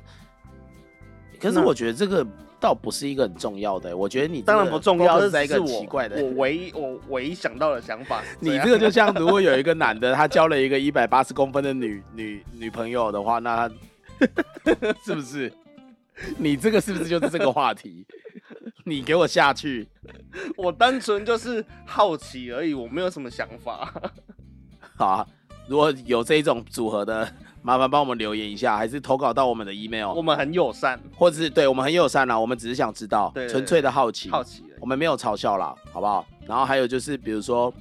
Speaker 1: 可是
Speaker 2: 那
Speaker 1: 我觉得这个倒不是一个很重要的欸、我觉得你
Speaker 2: 当然
Speaker 1: 真的
Speaker 2: 不重要，
Speaker 1: focus
Speaker 2: 这
Speaker 1: 在一
Speaker 2: 只
Speaker 1: 个很
Speaker 2: 是我
Speaker 1: 奇怪的。啊
Speaker 2: 我唯一我唯一想到的想法是
Speaker 1: 你
Speaker 2: 样
Speaker 1: 这个就像，如果有一个男的，他交了一个一百八十公分的女女女朋友的话，那 他是不是？你这个是不是就是这个话题？你给我下去！
Speaker 2: 我单纯就是好奇而已，我没有什么想法。
Speaker 1: 好啊，如果有这一种组合的， 麻烦帮我们留言一下，还是投稿到我们的 email，
Speaker 2: 我们很友善，
Speaker 1: 或者是对我们很友善啦、我们只是想知道，
Speaker 2: 对对
Speaker 1: 纯粹的好奇，
Speaker 2: 好奇而
Speaker 1: 我
Speaker 2: 已。
Speaker 1: 们没有嘲笑啦，好不好？然后还有就是，比如说，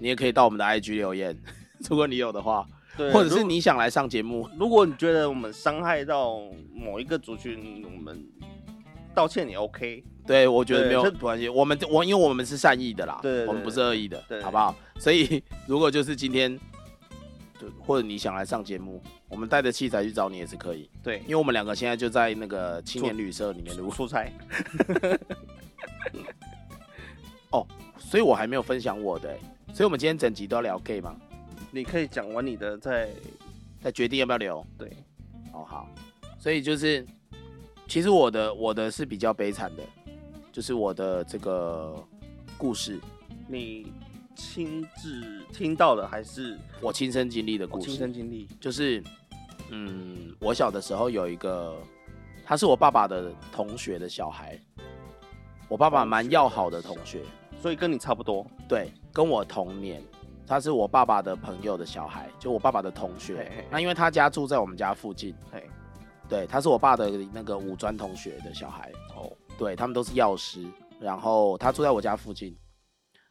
Speaker 1: 你也可以到我们的 IG 留言， 如果你有的话，
Speaker 2: 对，
Speaker 1: 或者是
Speaker 2: 如
Speaker 1: 你想来上节目，
Speaker 2: 如果你觉得我们伤害到某一个族群，我们道歉也 OK。
Speaker 1: 对，我觉得
Speaker 2: 对
Speaker 1: 没有
Speaker 2: 这
Speaker 1: 关系。我们我因为我们是善意的啦，
Speaker 2: 对对
Speaker 1: 我们不
Speaker 2: 对
Speaker 1: 是恶意的，
Speaker 2: 对
Speaker 1: 好不好？所以如果就是今天，对，或者你想来上节目，我们带着器材去找你也是可以，
Speaker 2: 对
Speaker 1: 因，为我们两个现在就在那个青年旅社里面录，
Speaker 2: 出差，
Speaker 1: 所以我还没有分享我的欸、所以我们今天整集都要聊 gay 嘛，
Speaker 2: 你可以讲完你的再
Speaker 1: 再决定要不要留。
Speaker 2: 对，
Speaker 1: 哦，好，所以就是，其实我的我的是比较悲惨的，就是我的这个故事，
Speaker 2: 你亲自听到的还是
Speaker 1: 我亲身经历的
Speaker 2: 我
Speaker 1: 故
Speaker 2: 亲
Speaker 1: 事，
Speaker 2: 身经历？
Speaker 1: 就是，嗯，我小的时候有一个，他是我爸爸的同学的小孩，我爸爸蛮要好的同学，
Speaker 2: 所以跟你差不多。
Speaker 1: 对，跟我同年。他是我爸爸的朋友的小孩，就我爸爸的同
Speaker 2: 嘿
Speaker 1: 学
Speaker 2: 嘿嘿。
Speaker 1: 那因为他家住在我们家附近，
Speaker 2: 嘿，
Speaker 1: 对，他是我爸的那个五专同学的小孩。
Speaker 2: 哦，
Speaker 1: 对他们都是药师，然后他住在我家附近，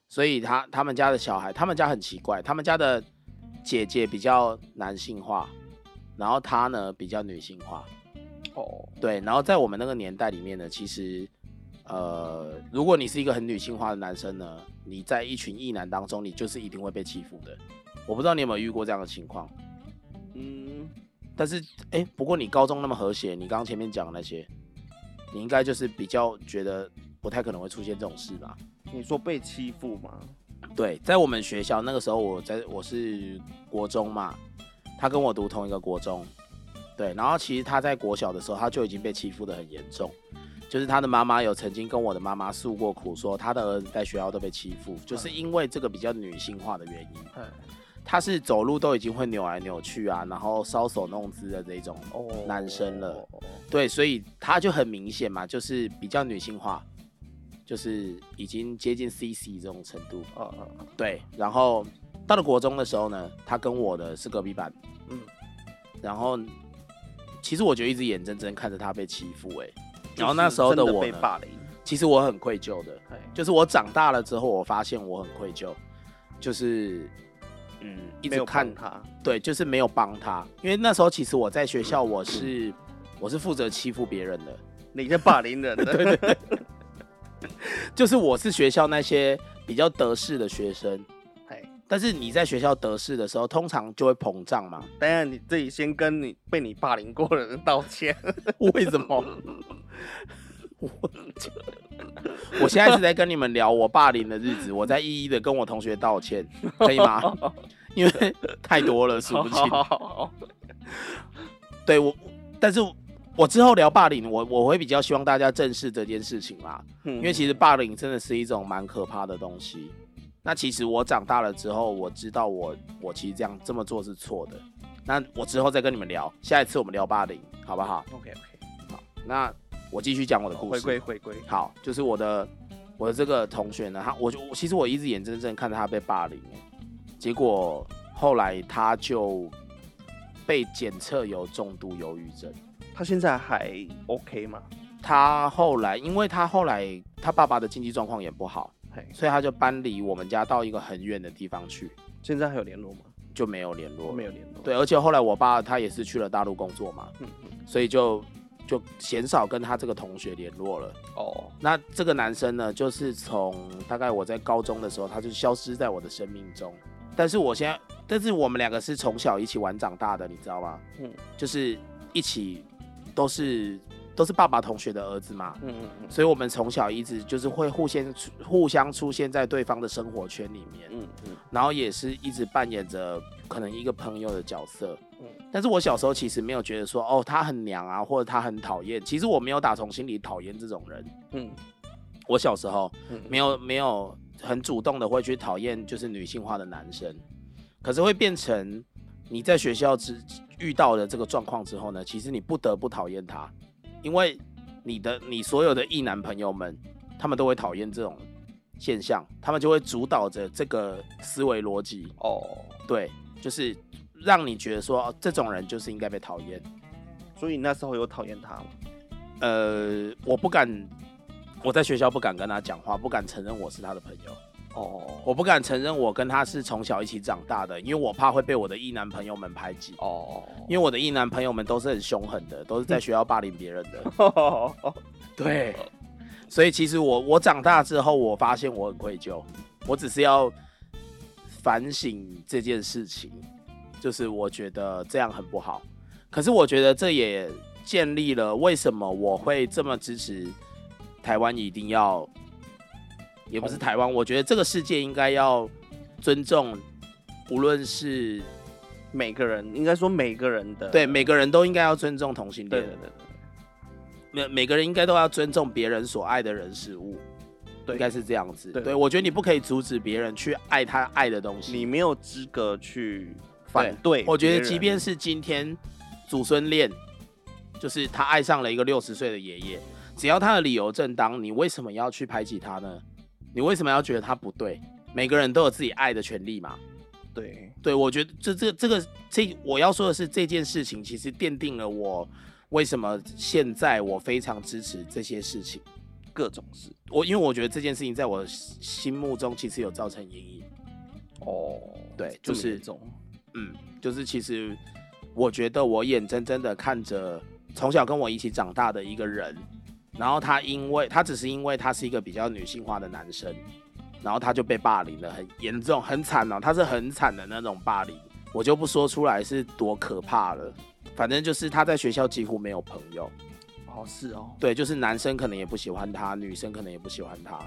Speaker 1: 所以他他们家的小孩，他们家很奇怪，他们家的姐姐比较男性化，然后他呢比较女性化，
Speaker 2: 哦，
Speaker 1: 对，然后在我们那个年代里面呢，其实呃，如果你是一个很女性化的男生呢，你在一群异男当中，你就是一定会被欺负的。我不知道你有没有遇过这样的情况，
Speaker 2: 嗯，
Speaker 1: 但是哎、不过你高中那么和谐，你刚刚前面讲的那些，你应该就是比较觉得不太可能会出现这种事吧？
Speaker 2: 你说被欺负吗？
Speaker 1: 对，在我们学校那个时候，我在我是国中嘛，他跟我读同一个国中，对，然后其实他在国小的时候，他就已经被欺负的很严重，就是他的妈妈有曾经跟我的妈妈诉过苦，说他的儿子在学校都被欺负，就是因为这个比较女性化的原因，
Speaker 2: 哎，
Speaker 1: 他是走路都已经会扭来扭去啊，然后搔首弄姿的这种，
Speaker 2: 哦，
Speaker 1: 男生了对，所以他就很明显嘛，就是比较女性化，就是已经接近 CC 这种程度。
Speaker 2: 啊啊，
Speaker 1: 对，然后到了国中的时候呢，他跟我的是隔壁班，
Speaker 2: 嗯，
Speaker 1: 然后其实我就一直眼睁睁看着他被欺负、欸，然后那时候
Speaker 2: 的
Speaker 1: 我
Speaker 2: 被
Speaker 1: 呢，
Speaker 2: 霸凌，
Speaker 1: 其实我很愧疚的，
Speaker 2: 哎，
Speaker 1: 就是我长大了之后，我发现我很愧疚，就是嗯，一
Speaker 2: 没
Speaker 1: 直
Speaker 2: 有
Speaker 1: 看
Speaker 2: 帮他，
Speaker 1: 对，就是没有帮他，因为那时候其实我在学校我是我是负责欺负别人的，
Speaker 2: 你在霸凌人的， 对对
Speaker 1: 就是我是学校那些比较得势的学生，
Speaker 2: 哎，
Speaker 1: 但是你在学校得势的时候，通常就会膨胀嘛，
Speaker 2: 当然你自己先跟你被你霸凌过的人道歉，
Speaker 1: 为什么？我我现在是在跟你们聊我霸凌的日子，我在一一的跟我同学道歉， 可以吗？因为太多了，数不清。
Speaker 2: 好好好好
Speaker 1: 对我，但是我之后聊霸凌，我我会比较希望大家正视这件事情啦，
Speaker 2: 因
Speaker 1: 因为其实霸凌真的是一种蛮可怕的东西。那其实我长大了之后，我知道我我其实这样这么做是错的。那我之后再跟你们聊，下一次我们聊霸凌，好不好？
Speaker 2: OK OK，
Speaker 1: 那我继续讲我的故
Speaker 2: 回
Speaker 1: 事。
Speaker 2: 归回归，
Speaker 1: 好，就是我的我的这个同学呢，他我就我其实我一直眼睁睁看着他被霸凌，欸结果后来他就被检测有重度忧郁症。
Speaker 2: 他现在还 OK 吗？
Speaker 1: 他后来，因为他后来他爸爸的经济状况也不好，
Speaker 2: 嘿，
Speaker 1: 所以他就搬离我们家到一个很远的地方去，
Speaker 2: 现在还有联络吗？
Speaker 1: 就没有联
Speaker 2: 我
Speaker 1: 络。
Speaker 2: 没
Speaker 1: 有。
Speaker 2: 有联络。
Speaker 1: 对，而且后来我爸他也是去了大陆工作嘛，
Speaker 2: 嗯，嗯
Speaker 1: 所以就就鲜少跟他这个同学联络了。
Speaker 2: 哦，
Speaker 1: 那这个男生呢，就是从大概我在高中的时候，他就消失在我的生命中。但是我现在，但是我们两个是从小一起玩长大的，你知道吗？
Speaker 2: 嗯
Speaker 1: 就是一起都是都是爸爸同学的儿子嘛，
Speaker 2: 嗯嗯嗯
Speaker 1: 所以我们从小一直就是会互相出互相出现在对方的生活圈里面，
Speaker 2: 嗯嗯，
Speaker 1: 然后也是一直扮演着可能一个朋友的角色。
Speaker 2: 嗯
Speaker 1: 但是我小时候其实没有觉得说哦他很娘啊，或者他很讨厌，其实我没有打从心里讨厌这种人。
Speaker 2: 嗯
Speaker 1: 我小时候
Speaker 2: 嗯
Speaker 1: 没有没有很主动的会去讨厌就是女性化的男生，可是会变成你在学校之遇到的这个状况之后呢，其实你不得不讨厌他，因为你的你所有的异男朋友们，他们都会讨厌这种现象，他们就会主导着这个思维逻辑，
Speaker 2: 哦，
Speaker 1: 对，就是让你觉得说、哦这种人就是应该被讨厌。
Speaker 2: 所以你那时候有讨厌他吗？
Speaker 1: 呃，我不敢，我在学校不敢跟他讲话，不敢承认我是他的朋友。
Speaker 2: 哦
Speaker 1: 我不敢承认我跟他是从小一起长大的，因为我怕会被我的异男朋友们排挤。
Speaker 2: 哦，
Speaker 1: 因为我的异男朋友们都是很凶狠的，都是在学校霸凌别人的。对，所以其实我我长大之后，我发现我很愧疚，我只是要反省这件事情，就是我觉得这样很不好。可是我觉得这也建立了为什么我会这么支持台湾一定要，也不是台湾，我觉得这个世界应该要尊重，无论是
Speaker 2: 每个人应该说每个人的
Speaker 1: 对每个人都应该要尊重同性
Speaker 2: 对
Speaker 1: 恋
Speaker 2: 对，对
Speaker 1: 每每个人应该都要尊重别人所爱的人事物，
Speaker 2: 对
Speaker 1: 应该是这样子。
Speaker 2: 对
Speaker 1: 对，我觉得你不可以阻止别人去爱他爱的东
Speaker 2: 对，
Speaker 1: 西。
Speaker 2: 你没有资格去反对别人。
Speaker 1: 我觉得，即便是今天祖孙恋，就是他爱上了一个六十岁的爷爷，只要他的理由正当，你为什么要去排挤他呢？你为什么要觉得他不对？每个人都有自己爱的权利嘛。
Speaker 2: 对
Speaker 1: 对，我觉得这这这个这我要说的是这件事情，其实奠定了我为什么现在我非常支持这些事情。
Speaker 2: 各种事
Speaker 1: 我因为我觉得这件事情在我心心目中其实有造成阴影，
Speaker 2: 哦，
Speaker 1: 对就
Speaker 2: 这么
Speaker 1: 是
Speaker 2: 严重
Speaker 1: 嗯，就是其实我觉得我眼睁睁的看着从小跟我一起长大的一个人，然后他因为他只是因为他是一个比较女性化的男生，然后他就被霸凌了，很严重，很惨哦，他是很惨的那种霸凌，我就不说出来是多可怕了，反正就是他在学校几乎没有朋友，
Speaker 2: 哦是哦，
Speaker 1: 对，就是男生可能也不喜欢他，女生可能也不喜欢他，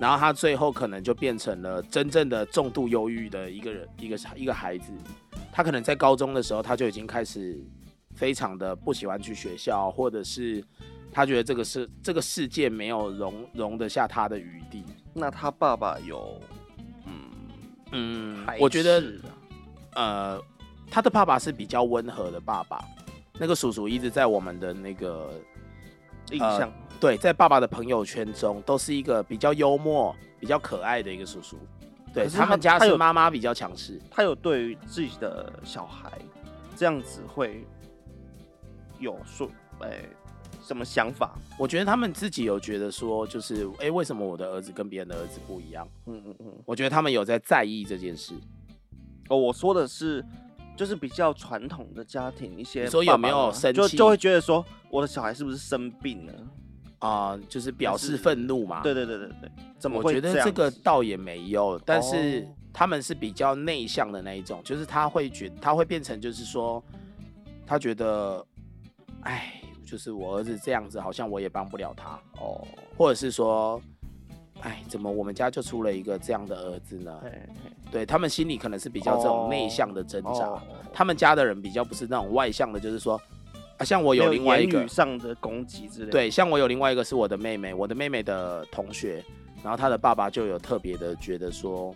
Speaker 1: 然后他最后可能就变成了真正的重度忧郁的一个人，一个一个孩子。他可能在高中的时候，他就已经开始非常的不喜欢去学校，或者是他觉得这个世这个世界没有容容得下他的余地。
Speaker 2: 那他爸爸有嗯，
Speaker 1: 嗯
Speaker 2: 排
Speaker 1: 我觉得
Speaker 2: 斥啊
Speaker 1: 呃，他的爸爸是比较温和的爸爸，那个叔叔一直在我们的那个
Speaker 2: 印象
Speaker 1: 对，在爸爸的朋友圈中，都是一个比较幽默、比较可爱的一个叔叔。对
Speaker 2: 可是
Speaker 1: 他
Speaker 2: 他
Speaker 1: 们家
Speaker 2: 他
Speaker 1: 是
Speaker 2: 有
Speaker 1: 妈妈比较强势，
Speaker 2: 他有对于自己的小孩这样子会有说，哎、什么想法？
Speaker 1: 我觉得他们自己有觉得说，就是哎、诶为什么我的儿子跟别人的儿子不一样？
Speaker 2: 嗯嗯嗯。
Speaker 1: 我觉得他们有在在意这件事。
Speaker 2: 哦，我说的是，就是比较传统的家庭一些
Speaker 1: 你
Speaker 2: 爸爸
Speaker 1: 说
Speaker 2: 妈妈，
Speaker 1: 有没有生
Speaker 2: 就
Speaker 1: 气
Speaker 2: 就会觉得说，我的小孩是不是生病了？
Speaker 1: 啊、就是表示愤怒嘛。
Speaker 2: 对对对对对，怎么
Speaker 1: 我
Speaker 2: 会
Speaker 1: 觉得
Speaker 2: 样
Speaker 1: 这个
Speaker 2: 子
Speaker 1: 倒也没有，但是
Speaker 2: 哦
Speaker 1: 他们是比较内向的那一种，就是他会觉他会变成就是说，他觉得，哎，就是我儿子这样子，好像我也帮不了他。
Speaker 2: 哦，
Speaker 1: 或者是说，哎，怎么我们家就出了一个这样的儿子呢？
Speaker 2: 哎，
Speaker 1: 对哦他们心里可能是比较这种内向的挣
Speaker 2: 挣
Speaker 1: 扎，
Speaker 2: 哦
Speaker 1: 他们家的人比较不是那种外向的，就是说，啊，像我
Speaker 2: 我
Speaker 1: 有另外一
Speaker 2: 言
Speaker 1: 个
Speaker 2: 语，上的攻击之类的。
Speaker 1: 对，像我有另外一个是我的妹妹，我的妹妹的同学，然后她的爸爸就有特别的觉得说，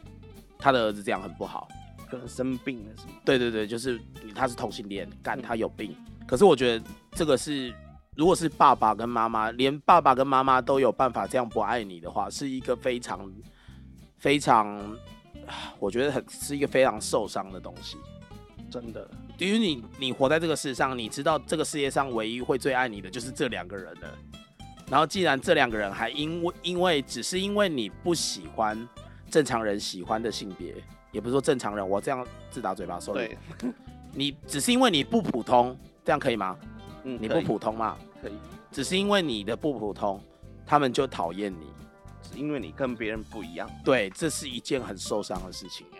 Speaker 1: 他的儿子这样很不好，
Speaker 2: 可能生病了什么？
Speaker 1: 对对对，就是他是同性恋，干他有病。可是我觉得这个是，如果是爸爸跟妈妈，连爸爸跟妈妈都有办法这样不爱你的话，是一个非常非常， 啊我觉得很是一个非常受伤的东西。
Speaker 2: 真的，
Speaker 1: 因为你你活在这个世上，你知道这个世界上唯一会最爱你的就是这两个人了。然后既然这两个人还因为因为只是因为你不喜欢正常人喜欢的性别，也不是说正常人，我这样自打嘴巴说
Speaker 2: 对，
Speaker 1: 你只是因为你不普通，这样可以吗？
Speaker 2: 嗯，
Speaker 1: 你
Speaker 2: 可
Speaker 1: 不
Speaker 2: 以
Speaker 1: 普通嘛，
Speaker 2: 可以，
Speaker 1: 只是因为你的不普通，他们就讨厌你。
Speaker 2: 是因为你跟别人不一样。
Speaker 1: 对，这是一件很受伤的事情哎、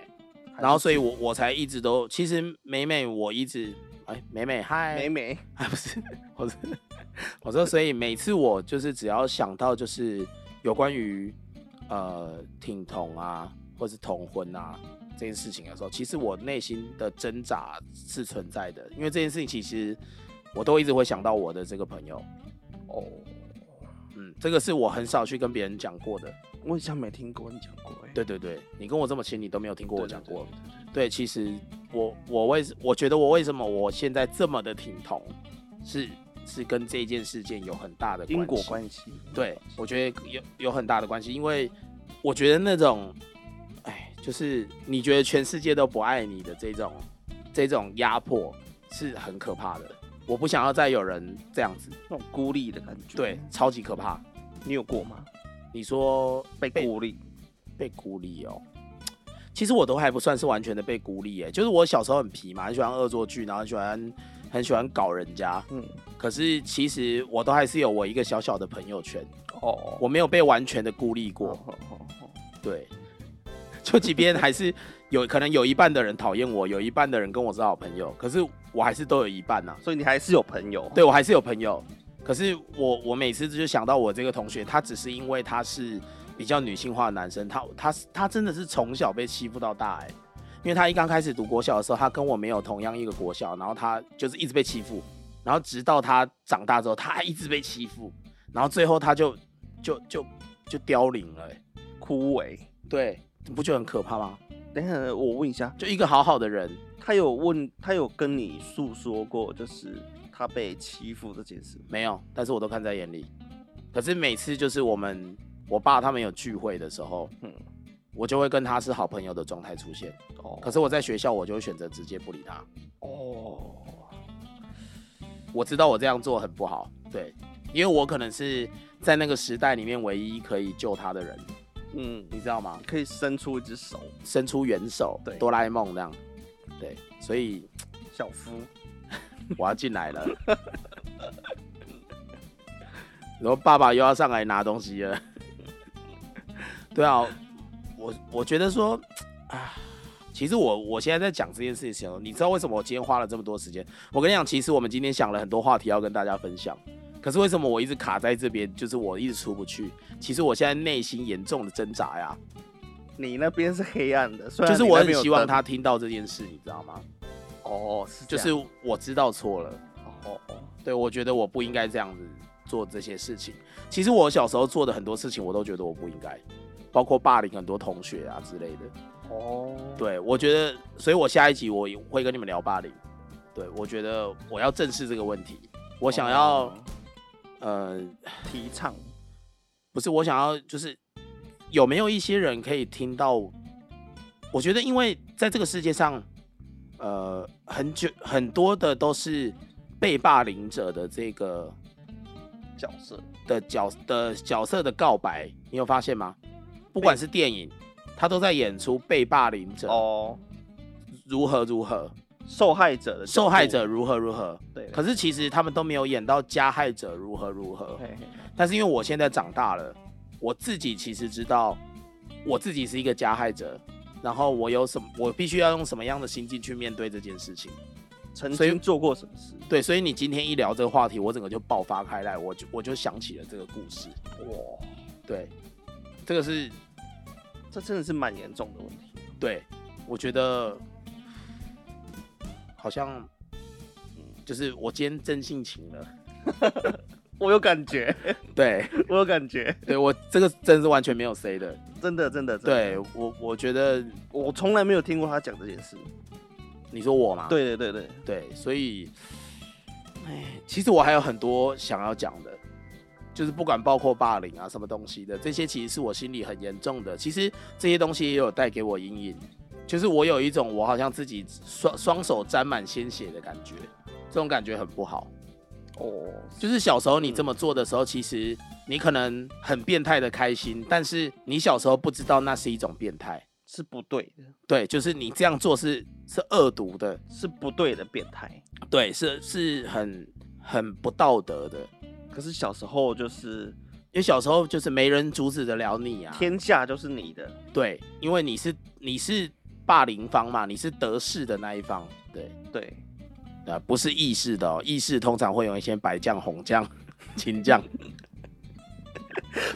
Speaker 2: 还
Speaker 1: 然后，
Speaker 2: 是
Speaker 1: 所以我我才一直都，其实美美我一直，哎，美美嗨，
Speaker 2: 美美
Speaker 1: 啊，不是，我是我说，所以每次我就是只要想到就是有关于呃挺同啊，或是同婚啊这件事情的时候，其实我内心的挣扎是存在的，因为这件事情其实我都一直会想到我的这个朋友，
Speaker 2: 哦，
Speaker 1: 嗯，这个是我很少去跟别人讲过的。
Speaker 2: 我好像没听过你讲过哎。
Speaker 1: 对对对，你跟我这么亲，你都没有听过
Speaker 2: 对，
Speaker 1: 我讲过。
Speaker 2: 对。对对对
Speaker 1: 对，其实我我为我觉得我为什么我现在这么的挺同，是是跟这件事件有很大的
Speaker 2: 因果
Speaker 1: 系
Speaker 2: 关系。
Speaker 1: 对，我觉得有有很大的关系，因为我觉得那种，哎，就是你觉得全世界都不爱你的这种这种压迫是很可怕的。我不想要再有人这样子，
Speaker 2: 那种孤立的感觉。
Speaker 1: 对，，超级可怕。
Speaker 2: 你有过吗？
Speaker 1: 你说
Speaker 2: 被孤立？
Speaker 1: 被孤立哦。其实我都还不算是完全的被孤立哎，就是我小时候很皮嘛，很喜欢恶作剧，然后很喜欢很喜欢搞人家。
Speaker 2: 嗯，
Speaker 1: 可是其实我都还是有我一个小小的朋友圈，
Speaker 2: 哦，
Speaker 1: 我没有被完全的孤立过。
Speaker 2: 哦哦哦
Speaker 1: 对， 就即便还是有可能有一半的人讨厌我，有一半的人跟我是好朋友，可是我还是都有一半呐、
Speaker 2: 所以你还是有朋友，
Speaker 1: 对我还是有朋友，可是我我每次就想到我这个同学，他只是因为他是比较女性化的男生，他他他真的是从小被欺负到大哎、因为他一刚开始读国小的时候，他跟我没有同样一个国小，然后他就是一直被欺负，然后直到他长大之后，他还一直被欺负，然后最后他就就就就凋零了、欸，
Speaker 2: 枯萎。
Speaker 1: 对，你不觉得很可怕吗？
Speaker 2: 等一下，我问一下，
Speaker 1: 就一个好好的人，
Speaker 2: 他有问，他有跟你诉说过，就是他被欺负这件事吗？
Speaker 1: 没有，但是我都看在眼里。可是每次就是我们我爸他们有聚会的时候，
Speaker 2: 嗯，
Speaker 1: 我就会跟他是好朋友的状态出现。
Speaker 2: 哦
Speaker 1: 可是我在学校，我就会选择直接不理他。
Speaker 2: 哦，
Speaker 1: 我知道我这样做很不好，对，因为我可能是在那个时代里面唯一可以救他的人，
Speaker 2: 嗯，
Speaker 1: 你知道吗？
Speaker 2: 可以伸出一只手，
Speaker 1: 伸出援手，
Speaker 2: 对
Speaker 1: 哆啦 A 梦那样，对，所以
Speaker 2: 小夫，
Speaker 1: 我要进来了。然后爸爸又要上来拿东西了。 对啊，我我觉得说，啊，其实我我现在在讲这件事情的时候，你知道为什么我今天花了这么多时间？我跟你讲，其实我们今天想了很多话题要跟大家分享，可是为什么我一直卡在这边，就是我一直出不去？其实我现在内心严重的挣扎呀，
Speaker 2: 你那边是黑暗的，虽然
Speaker 1: 就是
Speaker 2: 啊你
Speaker 1: 我
Speaker 2: 那
Speaker 1: 很
Speaker 2: 边有
Speaker 1: 希望
Speaker 2: 灯
Speaker 1: 他听到这件事，你知道吗？
Speaker 2: 哦，是
Speaker 1: 就
Speaker 2: 这样
Speaker 1: 是我知道错了。
Speaker 2: 哦哦，
Speaker 1: 对，我觉得我不应该这样子做这些事情。其实我小时候做的很多事情，我都觉得我不应该，包括霸凌很多同学啊之类的。
Speaker 2: 哦，
Speaker 1: 对，我觉得，所以我下一集我会跟你们聊霸凌。对，我觉得我要正视这个问题。我
Speaker 2: 我
Speaker 1: 想
Speaker 2: 哦
Speaker 1: 要，呃，
Speaker 2: 提倡，
Speaker 1: 不是，我想要就是有没有一些人可以听到？我觉得，因为在这个世界上，呃，很久很多的都是被霸凌者的这个
Speaker 2: 角色，
Speaker 1: 的角的角色的告白，你有发现吗？不管是电影，他都在演出被霸凌者、
Speaker 2: 哦，
Speaker 1: 如何如何，
Speaker 2: 受害者的角
Speaker 1: 受害
Speaker 2: 度
Speaker 1: 者如何如何。
Speaker 2: 对，
Speaker 1: 可是其实他们都没有演到加害者如何如何。
Speaker 2: 嘿嘿
Speaker 1: 但是因为我现在长大了，我自己其实知道我自己是一个加害者，然后我有什么，我必须要用什么样的心境去面对这件事情。
Speaker 2: 曾
Speaker 1: 所以
Speaker 2: 经做过什么事？
Speaker 1: 对，所以你今天一聊这个话题，我整个就爆发开来，我就我就想起了这个故事。
Speaker 2: 哇，
Speaker 1: 对，这个是
Speaker 2: 这真的是蛮严重的问题。
Speaker 1: 对，我觉得好像嗯就是我今天真性情了。
Speaker 2: 我有 感觉，
Speaker 1: 对，
Speaker 2: 我有感觉，
Speaker 1: 对我这个真是完全没有 say 的。
Speaker 2: 真的真的，真的
Speaker 1: 对我，我觉得
Speaker 2: 我从来没有听过他讲这件事。
Speaker 1: 你说我嘛，
Speaker 2: 对对对对，
Speaker 1: 对，所以，哎，其实我还有很多想要讲的，就是不管包括霸凌啊什么东西的，这些其实是我心里很严重的。其实这些东西也有带给我阴影，就是我有一种我好像自己双双手沾满鲜血的感觉，这种感觉很不好。
Speaker 2: 哦，
Speaker 1: 就是小时候你这么做的时候，其实你可能很变态的开心，但是你小时候不知道那是一种变态。
Speaker 2: 是不对的，
Speaker 1: 对，就是你这样做是是恶毒的，
Speaker 2: 是不对的变态。
Speaker 1: 对，是是很很不道德的。
Speaker 2: 可是小时候就是
Speaker 1: 因为小时候就是没人阻止得了你啊。
Speaker 2: 天下就是你的，
Speaker 1: 对，因为你是你是霸凌方嘛，你是得势的那一方。对，
Speaker 2: 对，
Speaker 1: 啊，不是义士的哦，义士通常会有一些白将、红将、青将。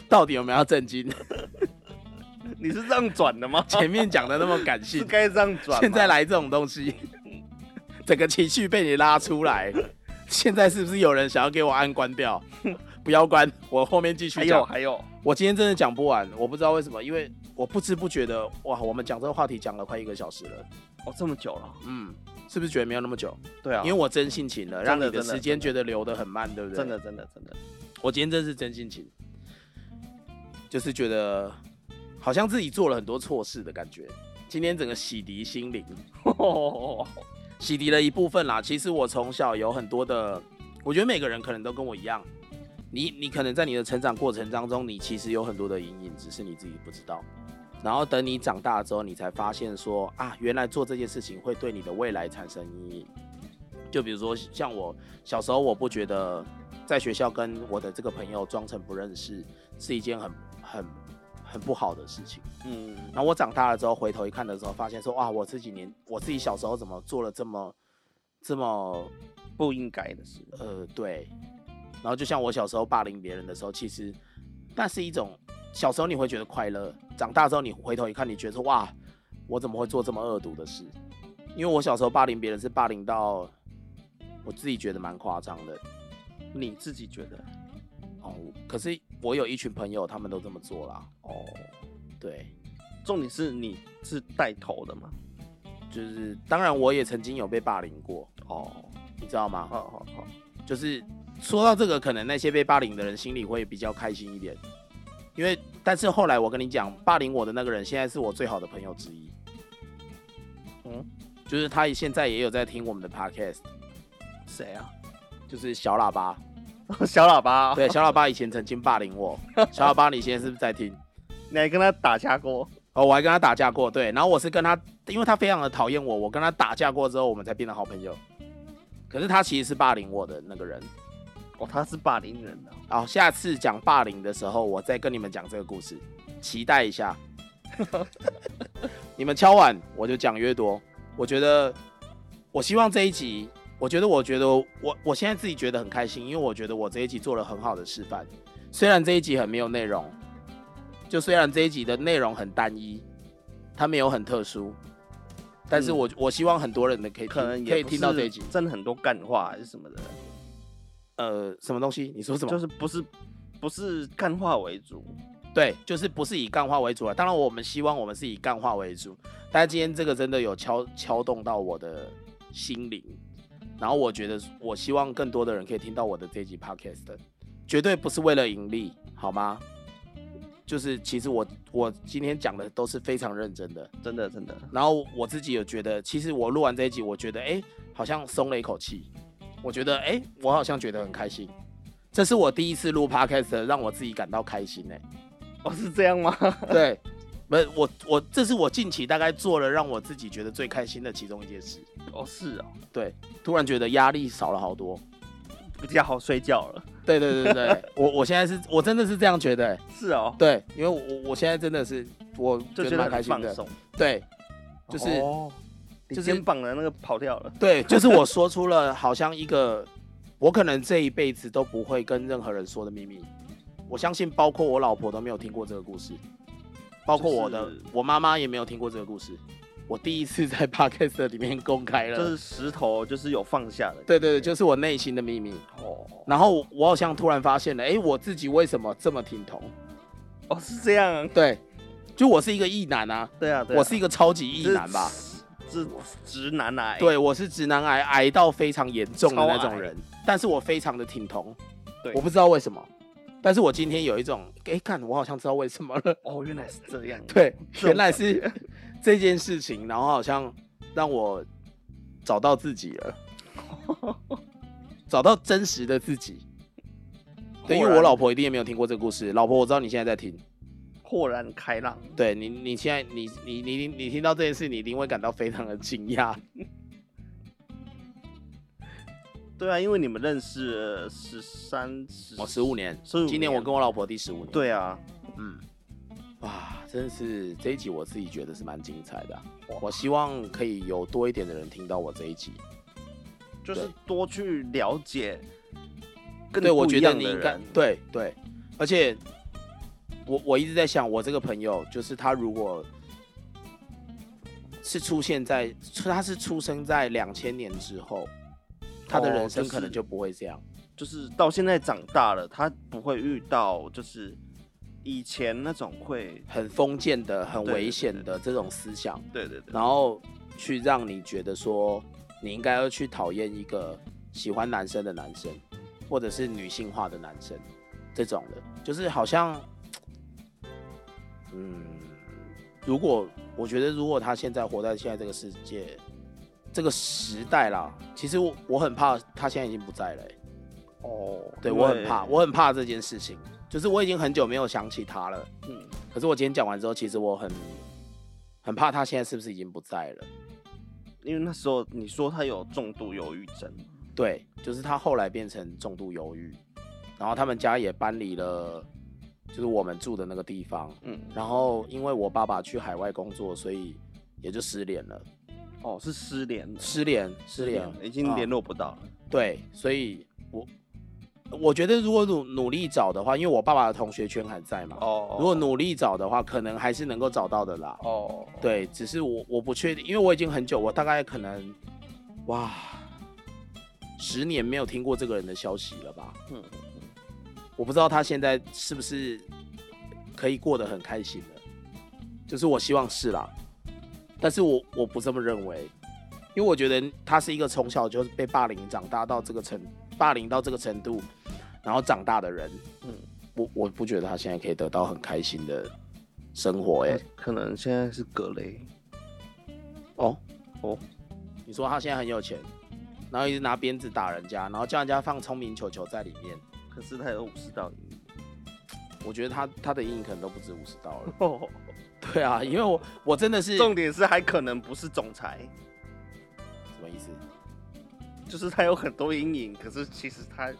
Speaker 1: 到底有没有要震惊？
Speaker 2: 你是这样转的吗？
Speaker 1: 前面讲的那么感
Speaker 2: 是
Speaker 1: 性，
Speaker 2: 该这样转吗。
Speaker 1: 现在来这种东西， 整个情绪被你拉出来。现在是不是有人想要给我按关掉？ 不要关，我后面继
Speaker 2: 还
Speaker 1: 续
Speaker 2: 有
Speaker 1: 讲。
Speaker 2: 还有，
Speaker 1: 我今天真的讲不完，我不知道为什么，因为我不知不觉的，哇，我们讲这个话题讲了快一个小时了，
Speaker 2: 哦，这么久了，
Speaker 1: 嗯，是不是觉得没有那么久？
Speaker 2: 对啊，
Speaker 1: 因为我真性情了，让
Speaker 2: 真的
Speaker 1: 你的
Speaker 2: 真的
Speaker 1: 时间觉得流得很慢，对不对？
Speaker 2: 真的，真的真的，
Speaker 1: 我今天真是真性情，就是觉得好像自己做了很多错事的感觉。今天整个洗涤心灵，洗涤了一部分啦。其实我从小有很多的，我觉得每个人可能都跟我一样，你你可能在你的成长过程当中，你其实有很多的阴影，只是你自己不知道。然后等你长大之后，你才发现说啊，原来做这件事情会对你的未来产生意义。就比如说像我小时候，我不觉得在学校跟我的这个朋友装成不认识是一件很很很不好的事情。
Speaker 2: 嗯，
Speaker 1: 然后我长大了之后回头一看的时候，发现说哇，我自己年我自己小时候怎么做了这么这么
Speaker 2: 不应该的事。
Speaker 1: 呃，对。然后就像我小时候霸凌别人的时候，其实那是一种小时候你会觉得快乐，长大之后你回头一看，你觉得说哇，我怎么会做这么恶毒的事？因为我小时候霸凌别人是霸凌到我自己觉得蛮夸张的
Speaker 2: 你自己觉得？
Speaker 1: 哦。可是我有一群朋友，他们都这么做啦。
Speaker 2: 哦，
Speaker 1: 对，
Speaker 2: 重点是你是带头的嘛？
Speaker 1: 就是当然我也曾经有被霸凌过，
Speaker 2: 哦，
Speaker 1: 你知道吗？
Speaker 2: 好好好，
Speaker 1: 就是说到这个，可能那些被霸凌的人心里会比较开心一点，因为但是后来我跟你讲，霸凌我的那个人现在是我最好的朋友之一，
Speaker 2: 嗯，
Speaker 1: 就是他现在也有在听我们的 podcast，
Speaker 2: 谁啊？
Speaker 1: 就是小喇叭，
Speaker 2: 小喇叭、
Speaker 1: 对，小喇叭以前曾经霸凌我，小喇叭你现在是不是在听？
Speaker 2: 你还跟他打架过？
Speaker 1: 哦，我还跟他打架过，对，然后我是跟他，因为他非常的讨厌我，我跟他打架过之后，我们才变得好朋友。可是他其实是霸凌我的那个人。
Speaker 2: 哦，他是霸凌人的、
Speaker 1: 好，下次讲霸凌的时候，我再跟你们讲这个故事，期待一下。 你们敲碗，我就讲越多。我觉得，我希望这一集，我觉得，我觉得我我现在自己觉得很开心，因为我觉得我这一集做了很好的示范。虽然这一集很没有内容，就虽然这一集的内容很单一，它没有很特殊，但是
Speaker 2: 嗯
Speaker 1: 我、我希望很多人的可以听
Speaker 2: 可能也
Speaker 1: 可以
Speaker 2: 不
Speaker 1: 听到
Speaker 2: 是
Speaker 1: 这一集。
Speaker 2: 真的很多干话还是什么的，
Speaker 1: 呃，什么东西？你说什么？
Speaker 2: 就是不是不是干话为主，
Speaker 1: 对，就是不是以干话为主啊了。当然，我们希望我们是以干话为主，但是今天这个真的有敲敲动到我的心灵。然后我觉得，我希望更多的人可以听到我的这集 podcast，绝对不是为了盈利，好吗？就是其实我我今天讲的都是非常认真的，
Speaker 2: 真的真的。
Speaker 1: 然后我自己有觉得，其实我录完这一集，我觉得哎、诶好像松了一口气。我觉得哎、诶我好像觉得很开心。这是我第一次录 podcast，让我自己感到开心哎、
Speaker 2: 哦，是这样吗？
Speaker 1: 对，不是我我这是我近期大概做了让我自己觉得最开心的其中一件事。
Speaker 2: 哦，是哦，
Speaker 1: 对，突然觉得压力少了好多。
Speaker 2: 比较好睡觉了。
Speaker 1: 对对对对， 我我现在是我真的是这样觉得、欸
Speaker 2: 是哦，
Speaker 1: 对，因为我我我现在真的是我
Speaker 2: 就
Speaker 1: 觉得
Speaker 2: 觉得
Speaker 1: 蛮
Speaker 2: 很
Speaker 1: 开心
Speaker 2: 放
Speaker 1: 的。
Speaker 2: 松，
Speaker 1: 对，就是、
Speaker 2: 哦、你
Speaker 1: 就是
Speaker 2: 肩膀的那个跑掉了。
Speaker 1: 对，就是我说出了好像一个我可能这一辈子都不会跟任何人说的秘密。我相信包括我老婆都没有听过这个故事，包括我的、
Speaker 2: 就是
Speaker 1: 我妈妈也没有听过这个故事。我第一次在 podcast 里面公开了，
Speaker 2: 就是石头，就是有放下的。
Speaker 1: 对对对，就是我内心的秘密。
Speaker 2: 哦
Speaker 1: 然后我好像突然发现了，哎，我自己为什么这么挺同？
Speaker 2: 哦，是这样。
Speaker 1: 对，就我是一个异男啊，
Speaker 2: 对啊，对啊
Speaker 1: 我是一个超级异男吧？
Speaker 2: 是直男癌。，
Speaker 1: 对，我是直男癌，癌到非常严重的那
Speaker 2: 超
Speaker 1: 种
Speaker 2: 癌
Speaker 1: 人，但是我非常的挺同。
Speaker 2: 对
Speaker 1: 我不知道为什么，但是我今天有一种，哎，看我好像知道为什么了。
Speaker 2: 哦，原来是这样。
Speaker 1: 对，
Speaker 2: 这种
Speaker 1: 原来是这件事情，然后好像让我找到自己 了，找到真实的自己。对，因为我老婆一定也没有听过这个故事。老婆，我知道你现在在听，
Speaker 2: 豁然开朗，
Speaker 1: 对你，你现在你你你你听到这件事，你一定会感到非常的惊讶。
Speaker 2: 对啊，因为你们认识十三十，
Speaker 1: 我哦十五年，
Speaker 2: 15
Speaker 1: 今年我
Speaker 2: 年
Speaker 1: 跟我老婆第十五年。，
Speaker 2: 对啊，
Speaker 1: 嗯，哇，真是这一集我自己觉得是蛮精彩的啊、我希望可以有多一点的人听到我这一集。
Speaker 2: 就是多去了解更
Speaker 1: 对，我
Speaker 2: 不
Speaker 1: 觉
Speaker 2: 一
Speaker 1: 得
Speaker 2: 样
Speaker 1: 你
Speaker 2: 的
Speaker 1: 应该
Speaker 2: 人，
Speaker 1: 对对，而且我我一直在想，我这个朋友就是他，如果是出现在他是出生在两千年之后，他的
Speaker 2: 哦
Speaker 1: 人
Speaker 2: 就
Speaker 1: 生可能
Speaker 2: 是
Speaker 1: 就不会这样。
Speaker 2: 就是到现在长大了，他不会遇到就是以前那种会，
Speaker 1: 很封建的、很
Speaker 2: 对对
Speaker 1: 危
Speaker 2: 对
Speaker 1: 险
Speaker 2: 对
Speaker 1: 的这种思想，
Speaker 2: 对对对，
Speaker 1: 然后去让你觉得说你应该要去讨厌一个喜欢男生的男生，或者是女性化的男生，这种的，就是好像，嗯，如果我觉得如果他现在活在现在这个世界，这个时代啦，其实我我很怕他现在已经不在了欸、
Speaker 2: 哦，
Speaker 1: 对
Speaker 2: 因
Speaker 1: 我
Speaker 2: 为
Speaker 1: 很怕，我很怕这件事情。就是我已经很久没有想起他了。
Speaker 2: 嗯，
Speaker 1: 可是我今天讲完之后，其实我很很怕他现在是不是已经不在了。
Speaker 2: 因为那时候你说他有重度忧郁症，
Speaker 1: 对，就是他后来变成重度忧郁，然后他们家也搬离了，就是我们住的那个地方。
Speaker 2: 嗯，
Speaker 1: 然后因为我爸爸去海外工作，所以也就失联了。
Speaker 2: 哦，是失联了，
Speaker 1: 失联，失联，
Speaker 2: 已经
Speaker 1: 啊
Speaker 2: 联络不到了。
Speaker 1: 对，所以我我觉得如果努努力找的话，因为我爸爸的同学圈还在嘛，
Speaker 2: 哦，
Speaker 1: 啊如果努力找的话，可能还是能够找到的啦。
Speaker 2: 哦，
Speaker 1: 对，只是我我不确定，因为我已经很久，我大概可能哇十年没有听过这个人的消息了吧？
Speaker 2: 嗯，
Speaker 1: 我不知道他现在是不是可以过得很开心了，就是我希望是啦，但是我我不这么认为，因为我觉得他是一个从小就是被霸凌长大到这个程霸凌到这个程度，然后长大的人，嗯
Speaker 2: 嗯，
Speaker 1: 我我不觉得他现在可以得到很开心的生活、欸，哎，
Speaker 2: 可能现在是葛雷，
Speaker 1: 哦
Speaker 2: 哦，
Speaker 1: 你说他现在很有钱，然后一直拿鞭子打人家，然后叫人家放聪明球球在里面，
Speaker 2: 可是他有五十道英语。
Speaker 1: 我觉得他他的阴影可能都不止五十刀了。
Speaker 2: 哦，
Speaker 1: 对啊，因为我我真的是
Speaker 2: 重点是还可能不是总裁，
Speaker 1: 什么意思？
Speaker 2: 就是他有很多阴影，可是其实 他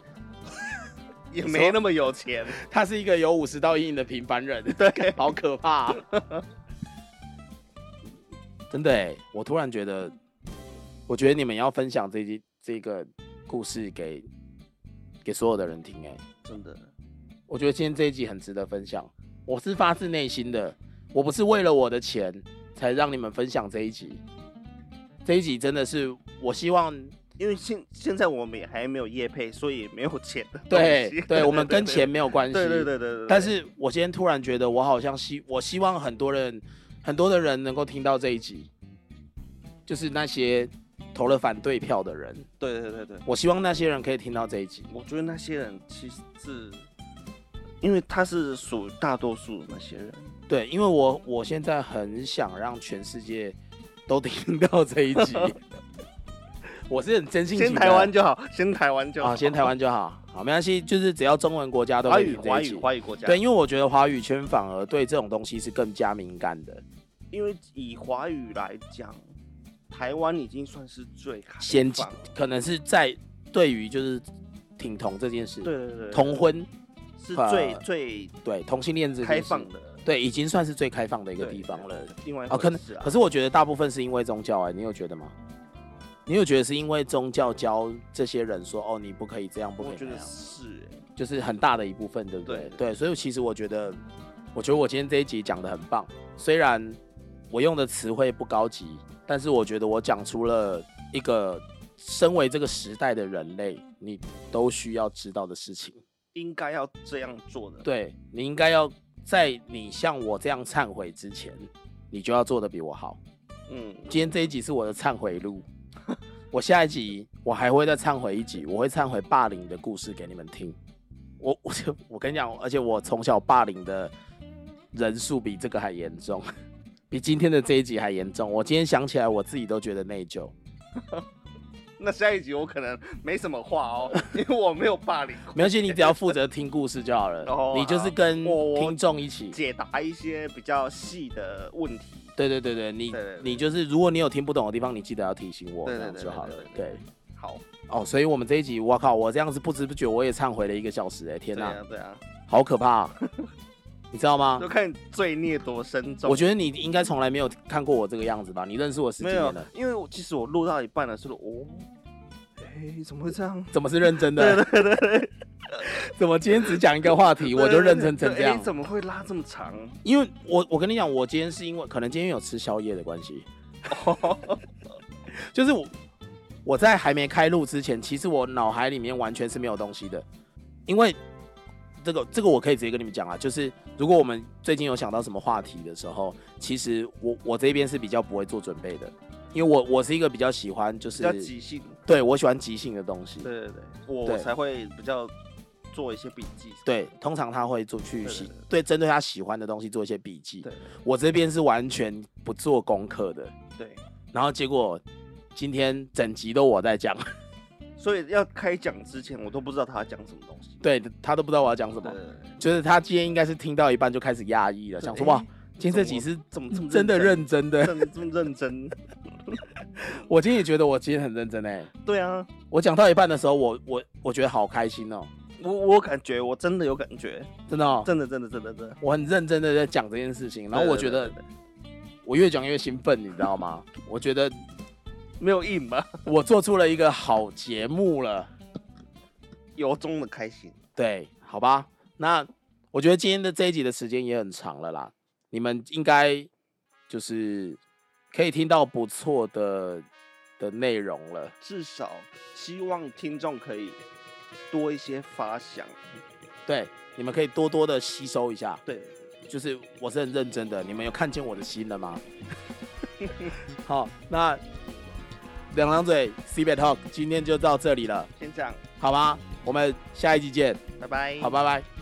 Speaker 2: 也没那么有钱。
Speaker 1: 他是一个有五十道阴影的平凡人，
Speaker 2: 对，
Speaker 1: 好可怕、 啊！真的哎、我突然觉得，我觉得你们要分享这集这个故事给给所有的人听哎、
Speaker 2: 真的，
Speaker 1: 我觉得今天这一集很值得分享，我是发自内心的，我不是为了我的钱才让你们分享这一集，这一集真的是我希望
Speaker 2: 因为现现在我们也还没有业配，所以也没有钱的东西。
Speaker 1: 对 对，我们跟钱没有关系，
Speaker 2: 对。对对对对对。
Speaker 1: 但是我今天突然觉得，我好像希我希望很多人很多的人能够听到这一集，就是那些投了反对票的人，
Speaker 2: 对对对对，
Speaker 1: 我希望那些人可以听到这一集。
Speaker 2: 我觉得那些人其实是，因为他是属于大多数的那些人。
Speaker 1: 对，因为我我现在很想让全世界都听 到这一 集，我是很真心
Speaker 2: 先
Speaker 1: 觉得
Speaker 2: 台湾就好，先台湾就好。
Speaker 1: 啊，先台湾就好，好，没关系，就是只要中文国家都
Speaker 2: 华
Speaker 1: 可以
Speaker 2: 语
Speaker 1: 听
Speaker 2: 华
Speaker 1: 这一
Speaker 2: 语
Speaker 1: 集。
Speaker 2: 华语国家。
Speaker 1: 对，，因为我觉得华语圈反而对这种东西是更加敏感的，
Speaker 2: 因为以华语来讲，台湾已经算是最开
Speaker 1: 先进
Speaker 2: 放了
Speaker 1: 可能是在对于就是挺同这件事，
Speaker 2: 对对对对，
Speaker 1: 同婚，
Speaker 2: 是
Speaker 1: 呃
Speaker 2: 最最
Speaker 1: 对同性恋这件
Speaker 2: 开
Speaker 1: 事
Speaker 2: 放，的
Speaker 1: 对，已经算是最开放的一
Speaker 2: 一
Speaker 1: 个地方了。。
Speaker 2: 另外一
Speaker 1: 啊，可
Speaker 2: 回
Speaker 1: 能
Speaker 2: 事啊，
Speaker 1: 可是我觉得大部分是因为宗教哎、你有觉得吗？你有觉得是因为宗教教这些人说哦，你不可以这样，不可
Speaker 2: 我
Speaker 1: 以
Speaker 2: 觉
Speaker 1: 那
Speaker 2: 得
Speaker 1: 样，
Speaker 2: 是欸
Speaker 1: 就是很大的一部分，对不对？
Speaker 2: 对
Speaker 1: 所以其实我觉得，我觉得我今天这一集讲的很棒，虽然我用的词汇不高级，但是我觉得我讲出了一个身为这个时代的人类，你都需要知道的事情。
Speaker 2: 应该要这样做的。
Speaker 1: 对你应该要在你像我这样忏悔之前，你就要做的比我好。
Speaker 2: 嗯，
Speaker 1: 今天这一集是我的忏悔录， 我下一集我还会再忏悔一集，我会忏悔霸凌的故事给你们听。我我我跟你讲，而且我从小霸凌的人数比这个还严重， 比今天的这一集还严重。我今天想起来，我自己都觉得内疚。
Speaker 2: 那下一集我可能没什么 话哦，因为我没有霸凌过，
Speaker 1: 没关系，你只要负责听故事就好了。
Speaker 2: 哦
Speaker 1: 你就是
Speaker 2: 好
Speaker 1: 跟
Speaker 2: 我我
Speaker 1: 听众一起
Speaker 2: 解答一些比较细的问题。
Speaker 1: 对对对对，你
Speaker 2: 对对对
Speaker 1: 你就是，如果你有听不懂的地方，你记得要提醒我，
Speaker 2: 对
Speaker 1: 这
Speaker 2: 对
Speaker 1: 样
Speaker 2: 对
Speaker 1: 就好了
Speaker 2: 对。对
Speaker 1: 对，
Speaker 2: 好，
Speaker 1: 哦，所以我们这一集，我靠，我这样子不知不觉我也忏悔了一个小时，哎，天
Speaker 2: 对
Speaker 1: 哪，
Speaker 2: 啊对啊，
Speaker 1: 好可 怕啊，你知道吗
Speaker 2: 就？看你罪孽多深重。
Speaker 1: 我觉得你应该从来没有看过我这个样子吧？你认识我十几
Speaker 2: 没有
Speaker 1: 年了，，
Speaker 2: 因为我其实我录到一半的时候，哦，哎，怎么会这样？
Speaker 1: 怎么是认真
Speaker 2: 对
Speaker 1: 的？
Speaker 2: 对对对，
Speaker 1: 怎么今天只讲一个话题，我就认真成这
Speaker 2: 哎
Speaker 1: 样？
Speaker 2: 怎么会拉这么长？
Speaker 1: 因为我我跟你讲，我今天是因为可能今天有吃宵夜的关系，就是我我在还没开录之前，其实我脑海里面完全是没有东西的，因为这个这个我可以直接跟你们讲啊，就是如果我们最近有想到什么话题的时候，其实我我这边是比较不会做准备的，因为我我是一个比较喜欢就
Speaker 2: 比较
Speaker 1: 是
Speaker 2: 即兴。
Speaker 1: 对我喜欢即兴的东西，
Speaker 2: 对对对，我
Speaker 1: 对
Speaker 2: 我才会比较做一些笔记。
Speaker 1: 对，通常他会做去
Speaker 2: 对
Speaker 1: 喜
Speaker 2: 对
Speaker 1: 对针对他喜欢的东西做一些笔记，
Speaker 2: 对
Speaker 1: 我这边是完全不做功课的。
Speaker 2: 对，
Speaker 1: 然后结果今天整集都我在讲，
Speaker 2: 所以要开讲之前，我都不知道他要讲什么东西。
Speaker 1: 对他都不知道我要讲什么
Speaker 2: 对，对对
Speaker 1: 就是他今天应该是听到一半就开始压抑了，想说
Speaker 2: 诶
Speaker 1: 哇，今天这集是
Speaker 2: 哎怎么这么
Speaker 1: 真的
Speaker 2: 认
Speaker 1: 认真的。
Speaker 2: 真这么这么哎认真？
Speaker 1: 我今天也觉得我今天很认真哎、
Speaker 2: 对啊，
Speaker 1: 我讲到一半的时候，我我我觉得好开心哦，
Speaker 2: 我我感觉我真的有感觉，
Speaker 1: 真的、哦，
Speaker 2: 真的真的真的真的。
Speaker 1: 我很认真的在讲这件事情，然后我觉得
Speaker 2: 对对对对
Speaker 1: 我越讲越兴奋，你知道吗？我觉得
Speaker 2: 对没有硬吧，
Speaker 1: 我做出了一个好节目了，
Speaker 2: 由衷的开心。
Speaker 1: 对，好吧。那我觉得今天的这一集的时间也很长了啦，你们应该就是可以听到不错的的内容了。
Speaker 2: 至少希望听众可以多一些发想。
Speaker 1: 对，你们可以多多的吸收一下。
Speaker 2: 对，
Speaker 1: 就是我是很认真的，你们有看见我的心了吗？好，那两张嘴 C b e Talk 今天就到这里了，
Speaker 2: 先这样，
Speaker 1: 好吗？我们下一集见，
Speaker 2: 拜拜。
Speaker 1: 好，拜拜。